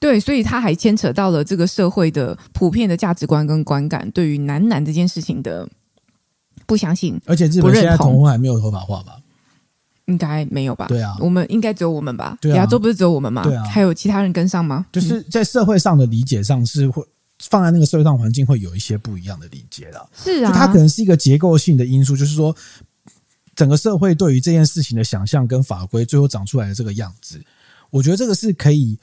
对，所以他还牵扯到了这个社会的普遍的价值观跟观感，对于男男这件事情的不相信，
而且日
不
本
认
现在
同
同婚还没有合法化吧？
应该没有吧？
对啊
我们应该只有我们吧？
对啊
亚洲不是只有我们吗？
对啊
还有其他人跟上吗？嗯
就是在社会上的理解上是会放在那个社会上环境会有一些不一样的理解啦。
是
就
啊，
它可能是一个结构性的因素，就是说整个社会对于这件事情的想象跟法规最后长出来的这个样子。我觉得这个是可以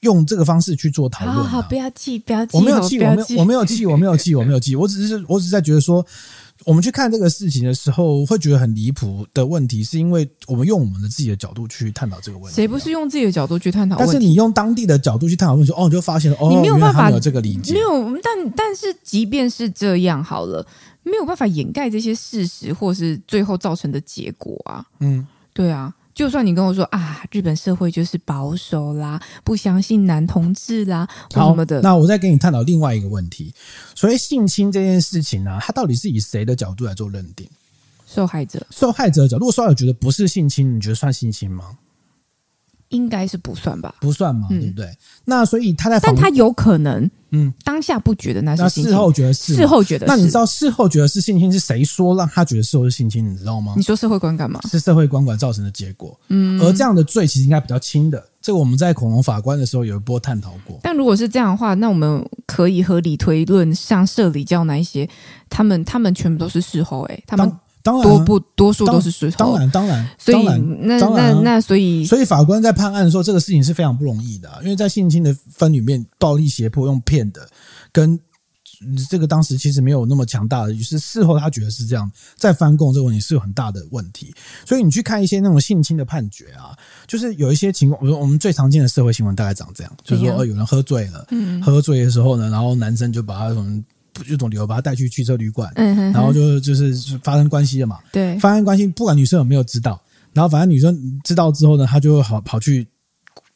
用这个方式去做
好
讨论的。啊
好好，不要记，不要记，
我没有气，
不
我
要
没有，我没有 气，我没有气，我没有气。我只是，我只是在觉得说，我们去看这个事情的时候，会觉得很离谱的问题，是因为我们用我们的自己的角度去探讨这个问题。啊
谁不是？用自己的角度去探讨
但是
问题？
你用当地的角度去探讨问题，哦，你就发现哦，
你没有
原来
办
他
法
们有这个理解
没。有，但但是即便是这样好了，没有办法掩盖这些事实，或是最后造成的结果啊。
嗯，
对啊，就算你跟我说啊，日本社会就是保守啦，不相信男同志啦，或什
好
么的，，
那我再跟你探讨另外一个问题，所以性侵这件事情呢、啊它到底是以谁的角度来做认定？
受害者
受害者的角度，如果受害者觉得不是性侵，你觉得算性侵吗？
应该是不算吧？
不算嘛，
嗯
对不对？那所以他在
但
访
他有可能
嗯，
当下不觉得那
那
是性侵
事后觉得是吗
事后觉得是
那你知？道事后觉得是性侵是谁说让他觉得事后是性侵，你知道吗
你？说社会观感吗？
是社会管管造成的结果。嗯，而这样的罪其实应该比较轻的，这个我们在恐龙法官的时候有一波探讨过。
但如果是这样的话，那我们可以合理推论，像社里教那一些，他们他们全部都是事后、欸，他们
当当然啊
多不多数都是事后，
当然当然，
所以
当然
那
当
那
然啊
那所以
所以法官在判案的时候，这个事情是非常不容易的啊、因为在性侵的分里面，暴力胁迫用骗的，跟嗯这个当时其实没有那么强大的，于是事后他觉得是这样，再翻供这个问题是有很大的问题。所以你去看一些那种性侵的判决啊，就是有一些情况，我们我们最常见的社会新闻大概长这样，就是
怎
说
样
呃有人喝醉了，喝醉的时候呢，然后男生就把他什么有种理由把他带去汽车旅馆，
嗯哼哼
然后就就是发生关系了嘛，
对
发生关系，不管女生有没有知道，然后反正女生知道之后呢，她就会跑跑去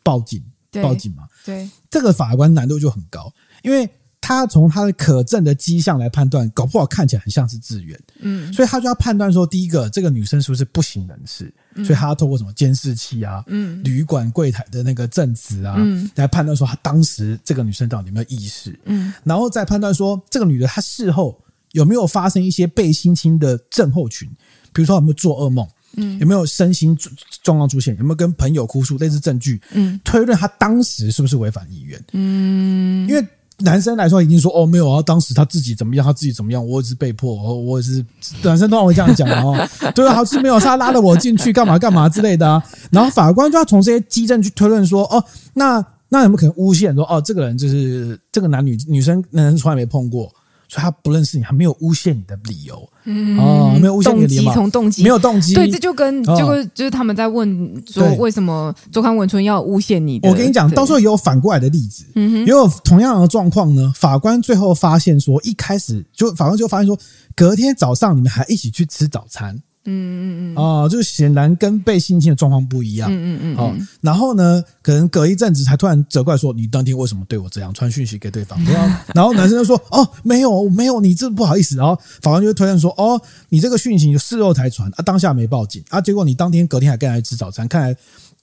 报警，
对
报警嘛。
对
这个法官难度就很高，因为他从他的可证的迹象来判断，搞不好看起来很像是自愿，
嗯
所以他就要判断说，第一个这个女生是不是不省人事，所以他要透过什么监视器啊、
嗯
旅馆柜台的那个证词啊，
嗯
来判断说她当时这个女生到底有没有意识，
嗯
然后再判断说这个女的她事后有没有发生一些被性侵的症候群，比如说有没有做噩梦，
嗯
有没有身心状状况出现，有没有跟朋友哭诉，类似证据，
嗯
推论她当时是不是违反意愿，
嗯，
因为。男生来说，一定说哦，没有啊，当时他自己怎么样，他自己怎么样，我也是被迫，哦、我也是，男生通常会这样讲嘛哦， 对啊，好是没有，是他拉了我进去干嘛干嘛之类的啊。然后法官就要从这些基证去推论说，哦，那那有没有可能诬陷说，哦，这个人就是这个男女女生男生从来没碰过，所以他不认识你，他没有诬陷你的理由，嗯，哦，没有诬陷你
动
的理
机
由嘛，
从动机
没有动机，
对，这就跟
哦
就跟就是他们在问说
对
为什么周刊文春要诬陷你的？
我跟你讲，到时
候
候也有反过来的例子，也有同样的状况呢。法官最后发现说，一开始就法官就发现说，隔天早上你们还一起去吃早餐，嗯嗯嗯，哦、就显然跟被性侵的状况不一样，
嗯嗯嗯，
哦，然后呢，可能隔一阵子才突然责怪说你当天为什么对我这样，传讯息给 对方，然后然后男生就说哦没有没有，你这不好意思，然后法官就会推论说哦你这个讯息事后才传啊，当下没报警啊，结果你当天隔天还跟人家吃早餐，看来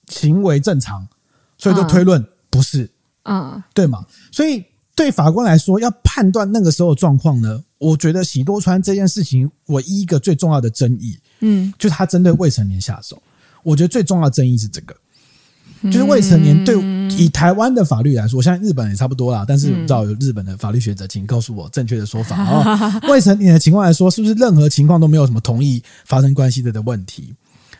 行为正常，所以
嗯
就推论、不是
啊，
对嘛？所以对法官来说，要判断那个时候的状况呢，我觉得喜多川这件事情唯一一个最重要的争议，
嗯，
就是他针对未成年下手。我觉得最重要的争议是这个，就是未成年对以台湾的法律来说，我相信日本也差不多啦。但是我知道有日本的法律学者，请告诉我正确的说法啊。未成年的情况来说，是不是任何情况都没有什么同意发生关系的的问题？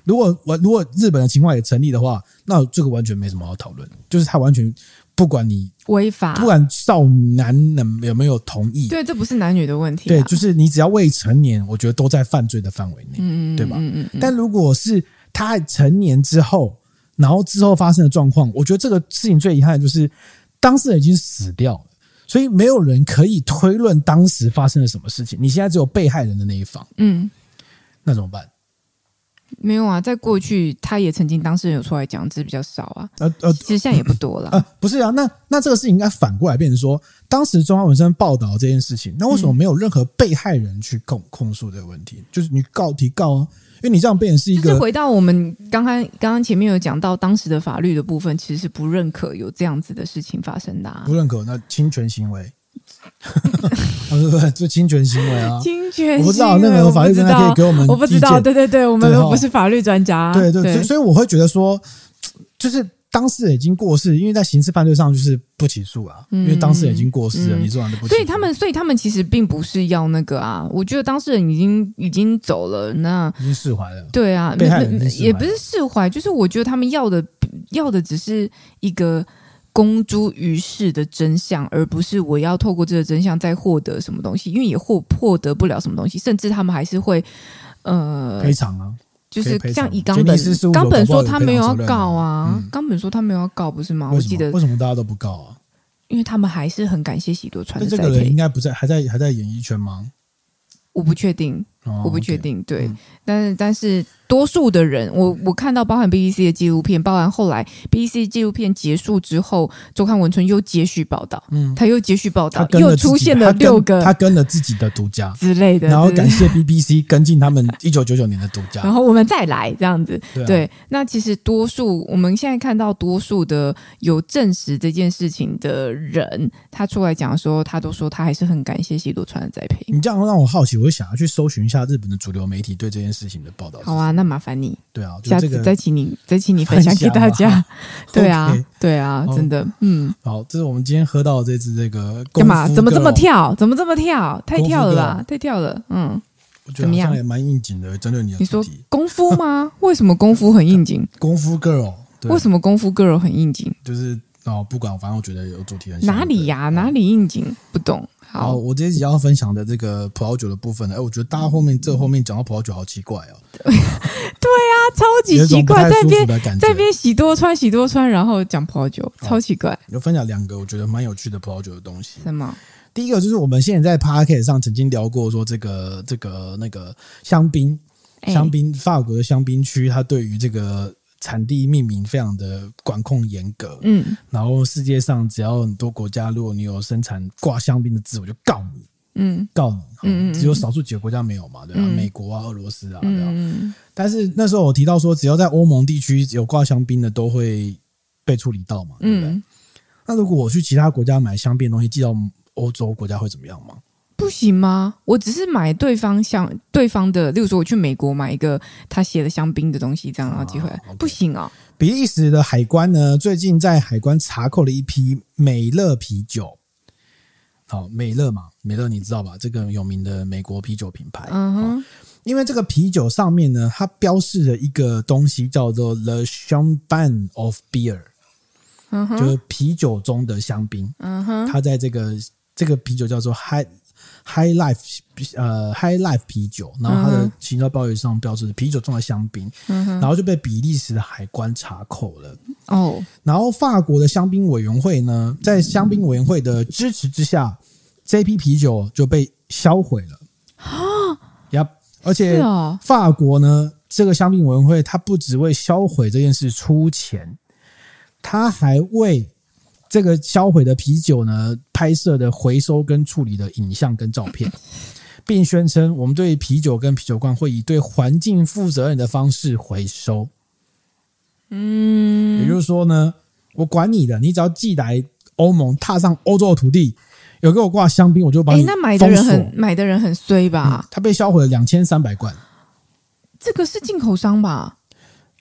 如果我如果日本的情况也成立的话，那这个完全没什么好讨论，就是他完全不管你
违法，
不管少男能有没有同意，
对，这不是男女的问题
对，
啊，
就是你只要未成年，我觉得都在犯罪的范围内，
嗯
对吧？
嗯嗯嗯，
但如果是他成年之后，然后之后发生的状况，我觉得这个事情最遗憾的就是当事人已经死掉了，所以没有人可以推论当时发生了什么事情。你现在只有被害人的那一方，
嗯，
那怎么办？
没有啊，在过去他也曾经当事人有出来讲，只是比较少啊，
呃呃
其实现在也不多了，
呃，不是啊，那那这个事情应该反过来变成说，当时中华文生报道这件事情，那为什么没有任何被害人去控控诉这个问题？就是你告提告啊，因为你这样变成是一
就是
个
回到我们刚刚刚刚前面有讲到，当时的法律的部分其实是不认可有这样子的事情发生的、啊
不。认可那侵权行为， 啊不不，就侵权行为啊，
侵权
我不知道
行为
那个法律
啊我不知
专家可以
道
给我们
我不知
意
道，
见
对对对，我们
对哦
不是法律专家，啊
对对，所以所以我会觉得说，就是当事人已经过世，因为在刑事犯罪上就是不起诉啊，因为当事人已经过世了，
嗯
你做完就不起诉。
所以他们，所以他们其实并不是要那个啊。我觉得当事人已经已经走了，那
已经释怀了，
对啊，
被害人已经释怀了
也不是释怀，就是我觉得他们要的要的只是一个公诸于世的真相，而不是我要透过这个真相再获得什么东西，因为也获获得不了什么东西，甚至他们还是会呃
赔偿啊，
就是
可以赔
像
偿
以冈
杰
本
尼斯事务，所
冈本
搞不好
说
有
他
赔
没有
偿
要
责任啊
告啊
嗯，
冈本说他没有要告，不是吗？我
为什
记
么
得
为，什么大家都不告啊？
因为他们还是很感谢喜多川
那
的
这
栽
个人
培
应。该不在，还在还在演艺圈吗？
我不确定，
哦
我不
OK
确定，对
嗯。
但是但是多数的人，我我看到包含 BBC 的纪录片，包含后来 BBC 纪录片结束之后，周刊文春又接续报道，
嗯，
他又接续报
他
道，
跟
又
了自己
出现
他
了
跟
六个
他跟了自己的独家，
之类的，
然 后
对
感谢 BBC 跟 进他们一九九九年的独家
然。后我们再来这样子。
对啊
对，那其实多数我们现在看到多数的有证实这件事情的人，他出来讲说，他都说他还是很感谢喜多川的栽培。
你这样让我好奇，我就想要去搜寻一下日本的主流媒体对这件事情的报道。
好，啊，那麻烦你
对啊，就
下
这
次
个啊
再请你再请你分享给大
分享
家。对啊
OK，
对啊，
好
真的，嗯，
好，这是我们今天喝到的这支这个
干嘛？
功夫
怎么这么
Girl？
跳？怎么这么跳？太跳了
功夫
啦，太跳了。嗯，
我觉
怎
得
么
好像
样
也蛮应景的，针对你的
你
主
说
题
功夫吗？ 为什么功夫很应景？
功夫 girl，对
为，什么功夫 girl 很应景？
就是哦，不管，反正我觉得有主题很像
哪里呀、
对嗯哦
哪里应景？不懂。
好，
好，
我这一集要分享的这个葡萄酒的部分呢，哎，我觉得大家后面这后面讲到葡萄酒好奇怪哦，
他超级
有一
奇
种不
怪，
太
在
舒服
边
的感觉哦
在。边喜多川喜多川，然后讲葡萄酒，
好
超奇怪。
有分享两个我觉得蛮有趣的葡萄酒的东西。
什么？
第一个就是我们现在在 p a r k e t 上曾经聊过，说这个这个那个香槟，
哎
香槟、法国的香槟区，它对于这个产地命名非常的管控严格。
嗯
然后世界上只要很多国家，如果你有生产挂香槟的字，我就告你，
嗯
告你。
嗯嗯嗯
只有少数几个国家没有嘛，对吧、
嗯
美国啊、俄罗斯啊，对吧、
嗯，
但是那时候我提到说，只要在欧盟地区有挂香槟的，都会被处理到嘛，对不对？
嗯，
那如果我去其他国家买香槟的东西寄到欧洲国家会怎么样吗？
不行吗？我只是买对方香，对方的，例如说我去美国买一个他写的香槟的东西，这样然后寄回来
啊，，OK
不行哦。
比利时的海关呢，最近在海关查扣了一批美乐啤酒。好，美乐嘛，美乐你知道吧？这个有名的美国啤酒品牌。
嗯哼，
因为这个啤酒上面呢，它标示了一个东西叫做 The Champagne of Beer，、
嗯
就
哼，
是啤酒中的香槟。
嗯哼，
它在这个这个啤酒叫做 High High Life 呃 High Life 啤酒，然后它
嗯
的
哼
行销标语上标示啤酒中的香槟，
嗯哼，
然后就被比利时的海关查扣了。
哦，
然后法国的香槟委员会呢，在香槟委员会的支持之下，这批啤酒就被销毁了。啊，呀，而
是
且
哦，
啊法国呢，这个香槟委员会它不只为销毁这件事出钱，它还为这个销毁的啤酒呢拍摄的回收跟处理的影像跟照片，并宣称我们对啤酒跟啤酒罐会以对环境负责任的方式回收。也
嗯，
就是说呢，我管你的，你只要寄来欧盟，踏上欧洲的土地，有给我挂香槟，我就把
哎
你，
那买的
封
人
锁。
很买的人很衰
嗯
吧？
它被销毁了两千三百罐。
这个是进口商吧？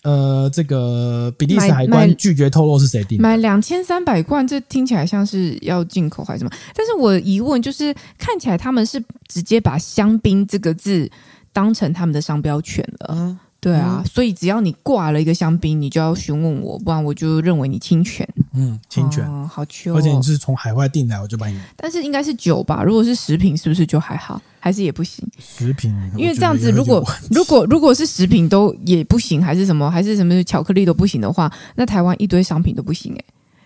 呃，这个比利时
买
海
买
关拒绝透露是谁定的。
买两千三百罐，这听起来像是要进口还是什么？但是我疑问就是，看起来他们是直接把“香槟”这个字当成他们的商标权了。
嗯
对啊，所以只要你挂了一个香槟，你就要询问我，不然我就认为你侵权。
嗯，侵权，
哦、好糗、
而且
哦
你。是从海外订来，我就把你
但是应该是酒吧，如果是食品，是不是就还好？还是也不行？
食品。
因为
我觉得
这样子，
有点
如果
晚
如果如果是食品都也不行，还是什么，还是什么巧克力都不行的话，那台湾一堆商品都不行哎、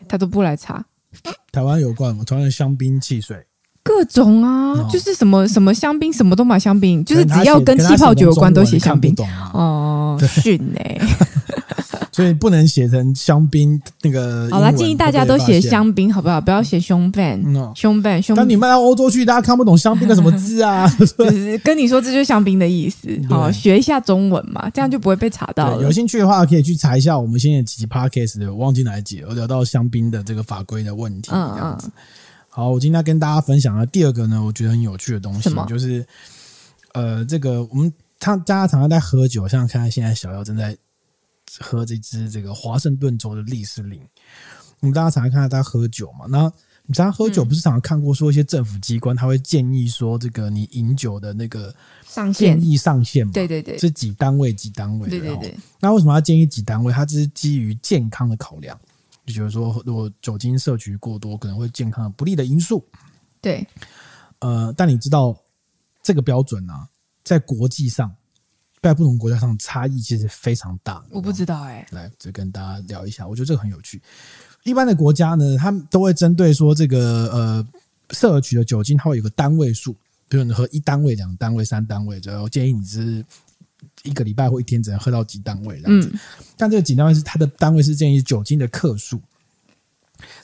他都不来查。
台湾有罐，我台湾的香槟汽水，
各种啊，
哦
就是什么什么香槟，什么都买香槟，就是
可能它
只要
写
跟
它
气泡
写
酒有
成
关都
中文
写
看
香槟
不。懂啊，
哦，逊哎、
所以不能写成香槟那个。
好啦，建议大家都写。香槟好不好？不要写胸
嗯
伴，
哦
胸伴胸
但你卖到欧洲去，大家看不懂香槟的什么字 啊？
就是跟你说这就是香槟的意思。好，
对
学一下中文嘛，这样就不会被查到
对，
了
有。兴趣的话可以去查一下我们现在几集 podcast 的，我忘记哪一集了，有聊到香槟的这个法规的问题。
嗯
这样子。
嗯，
好，我今天要跟大家分享的第二个呢，我觉得很有趣的东西
什么，
就是呃，这个我们他大家常常在喝酒，像看看现在小姚正在喝这支这个华盛顿州的利斯林，我们大家常常看到他喝酒嘛，那。你常常喝酒不是常常看过说一些政府机关他会建议说这个你饮酒的那个
上
建
线，
议上限嘛？
对对对，
是几单位几单位的
对对
哦
对，
那为什么要建议几单位？它只是基于健康的考量，就觉得说如果酒精摄取过多可能会健康不利的因素。
对，
呃，但你知道这个标准啊，在国际上，在不同国家上差异其实非常大。
我不知道哎、
来，这跟大家聊一下，我觉得这个很有趣。一般的国家呢，他们都会针对说这个呃摄取的酒精，它会有个单位数，比如你喝一单位、两单位、三单位，然后建议你是一个礼拜或一天只能喝到几单位这样子。
嗯，
但这个几单位是它的单位是建议酒精的克数，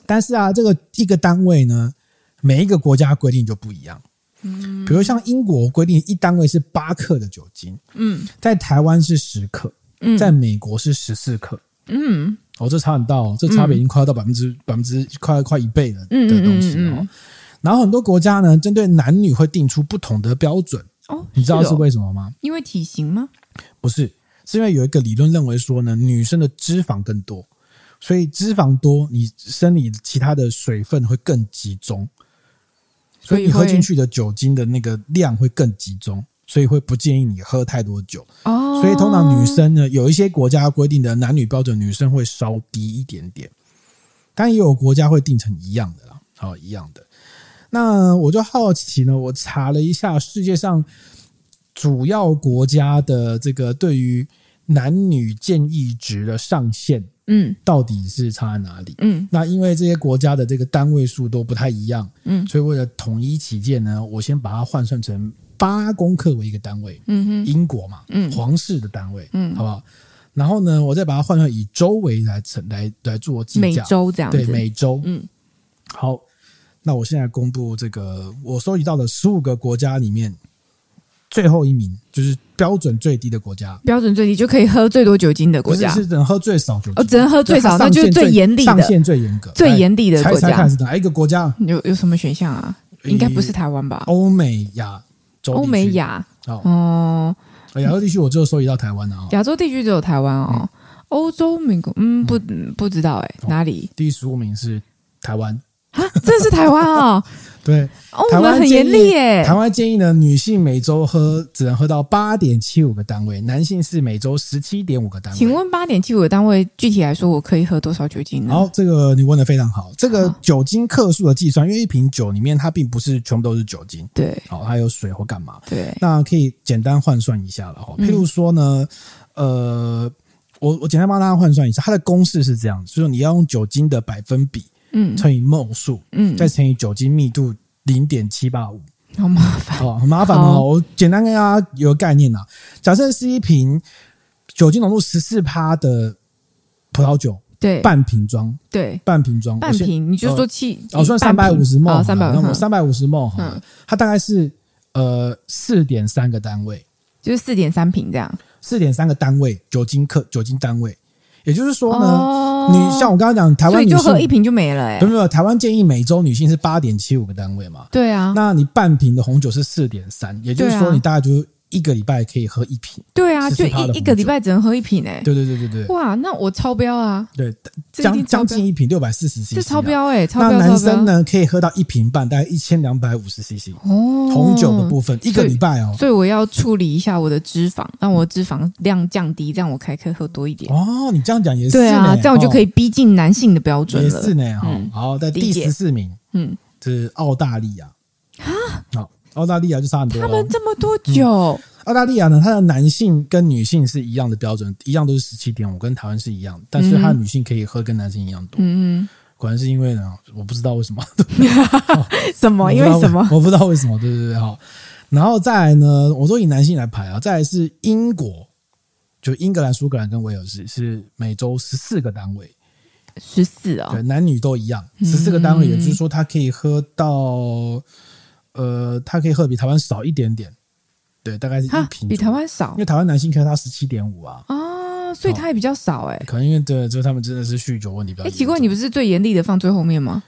但是啊，这个一个单位呢，每一个国家规定就不一样。嗯，比如像英国规定一单位是八克的酒精，
嗯
在台湾是十克，
嗯
在美国是十四克。
嗯
哦，这差很大哦，这差别已经快要到百分之、百分之快快一倍了
嗯
的东西哦。
嗯嗯嗯
然后很多国家呢，针对男女会定出不同的标准，
哦，
你知道是
哦
为什么吗？
因为体型吗？
不是，是因为有一个理论认为说呢，女生的脂肪更多，所以脂肪多，你生理其他的水分会更集中，所
所
以
以
你喝
会
进去的酒精的那个量会更集中，所以会不建议你喝太多酒。
哦，
所以通常女生呢，有一些国家规定的男女标准，女生会稍低一点点，但也有国家会定成一样的啦，好、一样的。那我就好奇呢，我查了一下世界上主要国家的这个对于男女建议值的上限
嗯
到底是差在哪里？
嗯
那因为这些国家的这个单位数都不太一样，
嗯
所以为了统一起见呢，我先把它换算成八公克为一个单位。
嗯哼
英国嘛，
嗯
皇室的单位，
嗯
好不好？然后呢，我再把它换成以周为来成来来做计
每
价，
周这样
对
子，
每周，
嗯
好，那我现在公布这个我收集到的十五个国家里面最后一名，就是标准最低的国家，
标准最低就可以喝最多酒精的国家
不，是是只能喝最少酒精，
哦，只能喝最少，
对它
那
上
就是
限最
最严厉
上
的、
限最严格，
最
来
严厉的
猜
国
猜
家
看。是哪一个国家？
有有什么选项啊？应该不是台湾吧？
欧美亚洲地区，
欧美亚
哦，
哦，
亚洲地区我只有收集到台湾的啊。
亚洲地区只有台湾哦。欧洲、美国，嗯，不嗯不知道哎、
嗯哦
哪里？啊
第十五名是台湾，
这是台湾 哦，
对，
哦，
台
我
湾
们很
建
严
议
厉哎、
台湾建议呢，女性每周喝只能喝到八点七五个单位，男性是每周十七点五个单位。
请问八点七五的单位，具体来说，我可以喝多少酒精呢？
好，这个你问的非常好。这个
好
酒精克数的计算，因为一瓶酒里面它并不是全部都是酒精，
对
好、还有水或干嘛，
对，
那可以简单换算一下了哈。
嗯
譬如说呢，呃，我我简单帮大家换算一下，它的公式是这样，就是说你要用酒精的百分比
嗯
乘以 mol 数，
嗯，
再乘以酒精密度零点七八五，
好麻烦。
哦，很麻烦哦。
嗯好
我简单跟大家有个概念啦。假设是一瓶酒精浓度十四趴的葡萄酒，
对
半瓶装，
对，
半瓶装，
半瓶，你就说七，
我先，哦，算三百五十 ml，
三百
五，
五，
三百五十 ml 好了
嗯
它大概是呃四点三个单位，
就是四点三瓶这样。
四点三个单位酒精克酒精单位，也就是说呢，
哦
你像我刚刚讲，台
所
湾
以
女
就
性
喝一瓶就没了哎、
没有没有，台湾建议每周女性是八点七五个单位嘛，
对啊，
那你半瓶的红酒是四点三，也就是
对
说
啊
你大概就一个礼拜可以喝一瓶。
对啊，就
14%的红
一一个礼拜只能喝一瓶哎、
对对对对对
哇，那我超标啊，
对，
这一
将
定超
将
标
近，一瓶六百四十 cc，
这超。标哎、超
那
标
男
超标
生呢，可以喝到一瓶半，大概一千两百五十 cc
哦，
红酒的部分，一个礼拜哦。
所以我要处理一下我的脂肪，让我脂肪量降低，这样我才可以喝多一点。
哦，你这样讲也是
对啊，
呢
这样我就可以
哦
逼近男性的标准
也
了。
是呢哈
嗯。
好，在第
理解
十四名
嗯，啊
是澳大利亚好，澳大利亚就差很多
他
了
们。这么多
嗯
酒，
澳大利亚呢，它的男性跟女性是一样的标准，一样都是十七点五，跟台湾是一样，但是它的女性可以喝跟男性一样多。
嗯，
果然是因为呢， 我不知道为什么，
嗯什么？
我
因
不知道
为什么？
我不知道为什么，对对对，好。然后再来呢，我说以男性来排啊，再来是英国，就英格兰、苏格兰跟威尔士是每周十四个单位，
十四哦
对，，男女都一样，
嗯
十四个单位，也就是说他可以喝到，呃，他可以喝比台湾少一点点，对，大概是一
哈，
瓶，
比台，湾少
因为台湾男性可以喝到十七点五啊，
啊，所以
哦
它也比较少哎。
可能因为对，就他们真的是酗酒问题比较
哎，
严重。
奇怪，你不是最严厉的放最后面吗？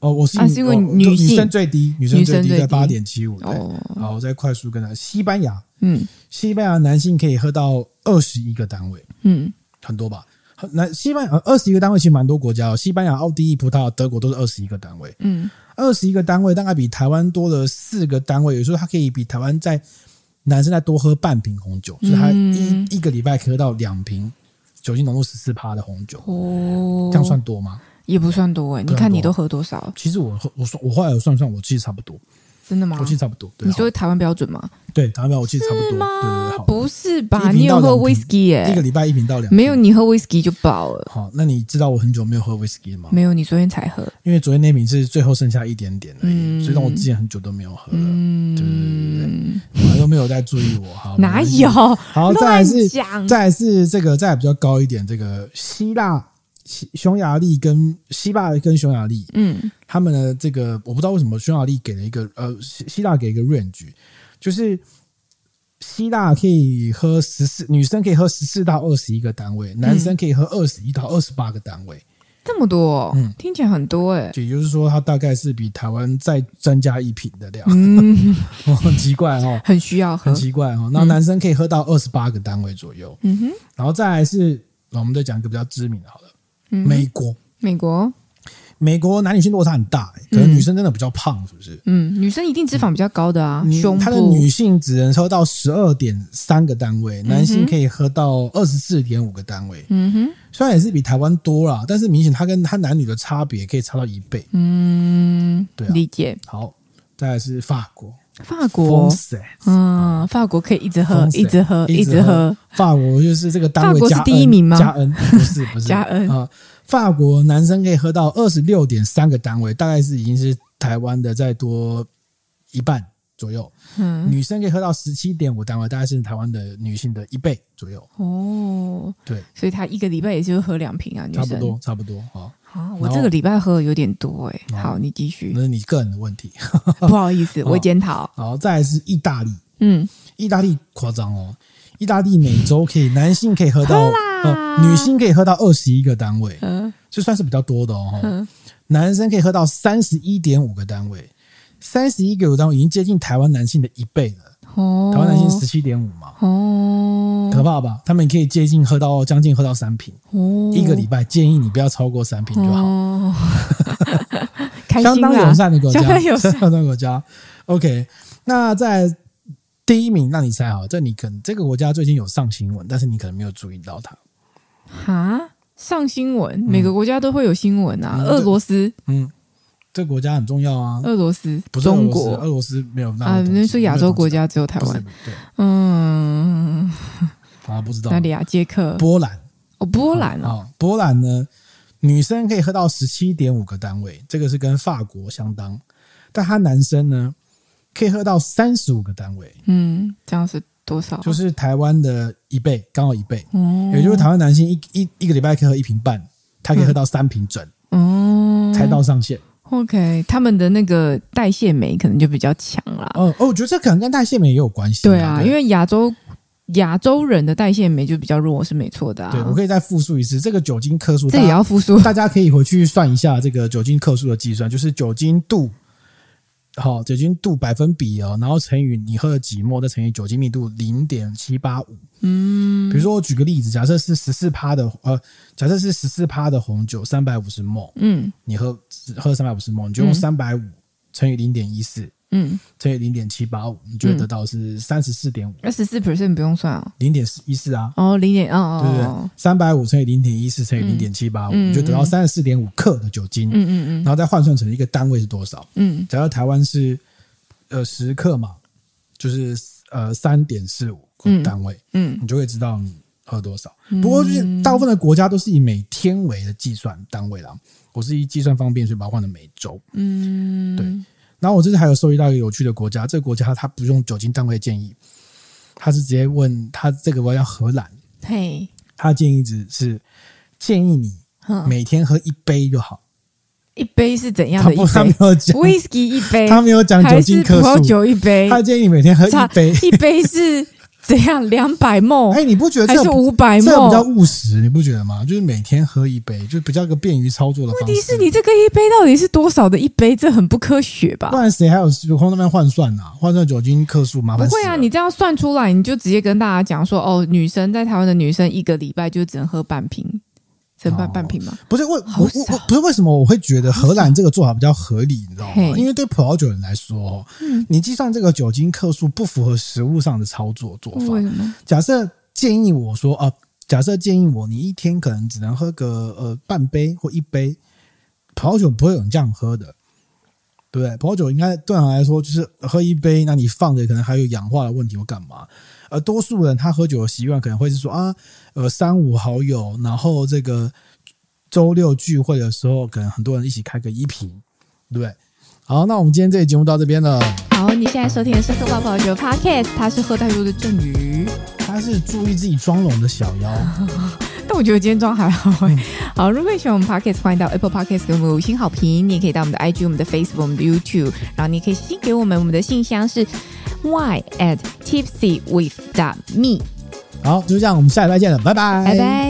哦，我是
啊是因为
哦
女
就
性
女生最低，女生
女
最
生
低
最
在
低
八点七五，对，
哦，
好，我再快速跟他。西班牙，
嗯
西班牙男性可以喝到二十一个单位，
嗯，
很多吧？那西班牙呃二十一个单位其实蛮多国家哦，西班牙、奥地利、葡萄牙、德国都是二十一个单位，
嗯
二十一个单位大概比台湾多了四个单位，有时候它可以比台湾在男生再多喝半瓶红酒，所以他一、
嗯
一个礼拜可以喝到两瓶酒精浓度十四趴的红酒，
哦，
这样算多吗？
也不算多哎、
不算多
你
啊
看你都喝多少？
其实我喝我算我后来我算算，我其实差不多，
真的吗
我？其实差不多。对
你说台湾标准吗？
对，台湾表我其实差不多，对对对，好，
不是吧？
一
你
瓶到
有喝
两瓶
whisky 耶、
一个礼拜一瓶到两瓶，
哎没有，你喝 whisky 就饱了。
好，那你知道我很久没有喝 whisky 了吗？
没有，你昨天才喝。
因为昨天那瓶是最后剩下一点点而已，
嗯
所以让我之前很久都没有喝了，对对
嗯，
反正都没有在注意我。好，
哪
没关系
有？？
好，再来
乱
是
讲。
再来是这个，再来比较高一点，这个希腊、西匈牙利跟希腊跟匈牙利，
嗯
他们的这个我不知道为什么匈牙利给了一个呃希希腊给一个 range，就是希腊可以喝十四，女生可以喝十四到二十一个单位，男生可以喝二十一到二十八个单位，
这么多、哦
嗯
听起来很多哎、
也就是说它大概是比台湾再增加一瓶的量，
嗯，
很奇怪 哦，
很需要喝
很。奇怪哦。那男生可以喝到二十八个单位左右，
嗯哼，
然后再来是我们再讲一个比较知名的，好了，
嗯哼
美国。
美国，
美国男女性落差很大、欸，可能女生真的比较胖，是不是？
嗯，女生一定脂肪比较高的啊，
女
胸
她的
部
女性只能喝到十二点三个单位，男性可以喝到二十四点五个单位。
嗯哼，
虽然也是比台湾多啦，但是明显他跟他男女的差别可以差到一倍。
嗯，
对啊
理解。
好，再来是法国，
法国
疯，死欸、
嗯，法国可以一直喝
疯，死
一直喝，
一
一
直
直
喝
喝。
法国就是这个单
法
位
国是
加 N,
第一名吗
加 N 不是不是
加 N
啊、法国男生可以喝到二十六点三个单位，大概是已经是台湾的再多一半左右。
嗯，
女生可以喝到十七点五单位，大概是台湾的女性的一倍左右，
哦，
对，
所以她一个礼拜也就喝两瓶啊，女
差
生。
不多，差不多啊。
啊，
然
我
后
这个礼拜喝有点多哎、
哦
好，你继续
那，是你个人的问题。
不好意 思，
哦
我检讨。
然后再来是意大利，
嗯，
意大利夸张哦，意大利每周可以男性可以喝到，
喝啦
呃，女性可以喝到二十一个单位，
呃，
这算是比较多的哦。
嗯
男生可以喝到三十一点五个单位，三十一个单位已经接近台湾男性的一倍了。
哦，
台湾男性十七点五嘛，
哦，
可怕吧？他们可以接近喝到将近喝到三瓶，
哦，
一个礼拜建议你不要超过三瓶就好。
哦，开
相
心啊
当
啦
友善的国家，
相当友善。
相当国家。OK，那在第一名，让你猜好，这你可能这个国家最近有上新闻，但是你可能没有注意到它。
哈，上新闻，每个国家都会有新闻啊。
嗯
俄罗斯，
嗯，这个国家很重要啊，
俄罗斯，
不是俄
呃中
罗斯，俄
国
罗斯没有那
啊，
种东西
那说亚洲国家只有台
不是
湾。
对
嗯，
啊，不知道
哪里啊？捷克，
波兰，
哦，波兰
啊、
哦，
波兰呢，女生可以喝到十七点五个单位，这个是跟法国相当，但他男生呢可以喝到三十五个单位，
嗯，这样是多少啊？
就是台湾的一倍，刚好一倍。
哦，
也就是台湾男性一一一个礼拜可以喝一瓶半，他
嗯
可以喝到三瓶整、
哦，
才到上限。
OK，他们的那个代谢酶可能就比较强啦。
哦哦，我觉得这可能跟代谢酶也有关系。
啊对啊，因
为
为亚洲亚洲人的代谢酶就比较弱，是没错的啊。
对我可以再复述一次这个酒精克数，
这
大
也
家
要复苏。
大家可以回去算一下这个酒精克数的计算，就是酒精度。好，酒精度百分比哦，然后乘以你喝了几沫，再乘以酒精密度零点七八五。
嗯
比如说，我举个例子，假设是十四趴的，呃，假设是十四趴的红酒，三百五十 ml，
嗯
你喝喝三百五十 ml，你就用
嗯
三百五乘以零点一四，
嗯，
乘以零点七八五，你就会得到是三十四点五，
二十四 percent 不用算哦。
零点一四啊，
哦，零点哦哦
对不对
哦，？
三百五乘以零点一四乘以零点七八五，
嗯
你就得到三十四点五克的酒精，
嗯嗯
然后再换算成一个单位是多少？
嗯
假如台湾是呃十克嘛，就是呃三点四五个
嗯
单位，
嗯
你就会知道你喝多少。
嗯。
不过就是大部分的国家都是以每天为的计算单位啦，我是以计算方便，所以把它换成每周。
嗯，
对然后我这次还有收集到一个有趣的国家，这个国家它不用酒精单位建议，它是直接问它这个国家荷兰，
嘿，
它的建议只是建议你
哼
每天喝一杯就好，
一杯是怎样嗯
它
的一
不它没
杯
有讲，
？Whisky 一杯，
它没有讲酒
还
精
是葡
克
萄
数，
酒一杯？
它建议你每天喝
差
一杯。
一杯是怎样？两百梦
哎，你不觉得
还
这
是
个
五百
这
梦？
个比较务实，你不觉得吗？就是每天喝一杯，就比较一个便于操作的
问
方
题是你
式。
这个一杯到底是多少的一杯？这很不科学
不
吧？
然谁还有有空那边换算啊？换算酒精克数麻
不
烦死
会啊，
了
你这样算出来，你就直接跟大家讲说，哦，女生在台湾的女生一个礼拜就只能喝半瓶成半半瓶嘛。
不是为
好
我我
少
我不是为什么我会觉得荷兰这个做法比较合理，你知道
嘿嗯
吗？因为对葡萄酒人来说，你计算这个酒精克数不符合实物上的操作做法
为。什么？
假设建议我说啊、假设建议我你一天可能只能喝个呃半杯或一杯，葡萄酒不会有人这样喝的，对不对？葡萄酒应该对我来说就是喝一杯，那你放着可能还有氧化的问题或干嘛。而多数人他喝酒的习惯可能会是说啊，呃，三五好友，然后这个周六聚会的时候，可能很多人一起开个一瓶，对不对？好，那我们今天这期节目到这边了。
好，你现在收听的是《喝爆泡酒》Podcast，他是喝太多的郑宇。
他是注意自己妆容的小妖，
但我觉得今天妆还好哎、 好，如果你喜欢我们 Podcast，欢迎到 Apple Podcast 给我们五星好评。你也可以到我们的 IG、我们的 Facebook、我们的 YouTube，然后你也可以写信给我们，我们的信箱是 y at tipsy with me。
好，就这样，我们下礼拜见了，拜拜，
拜拜。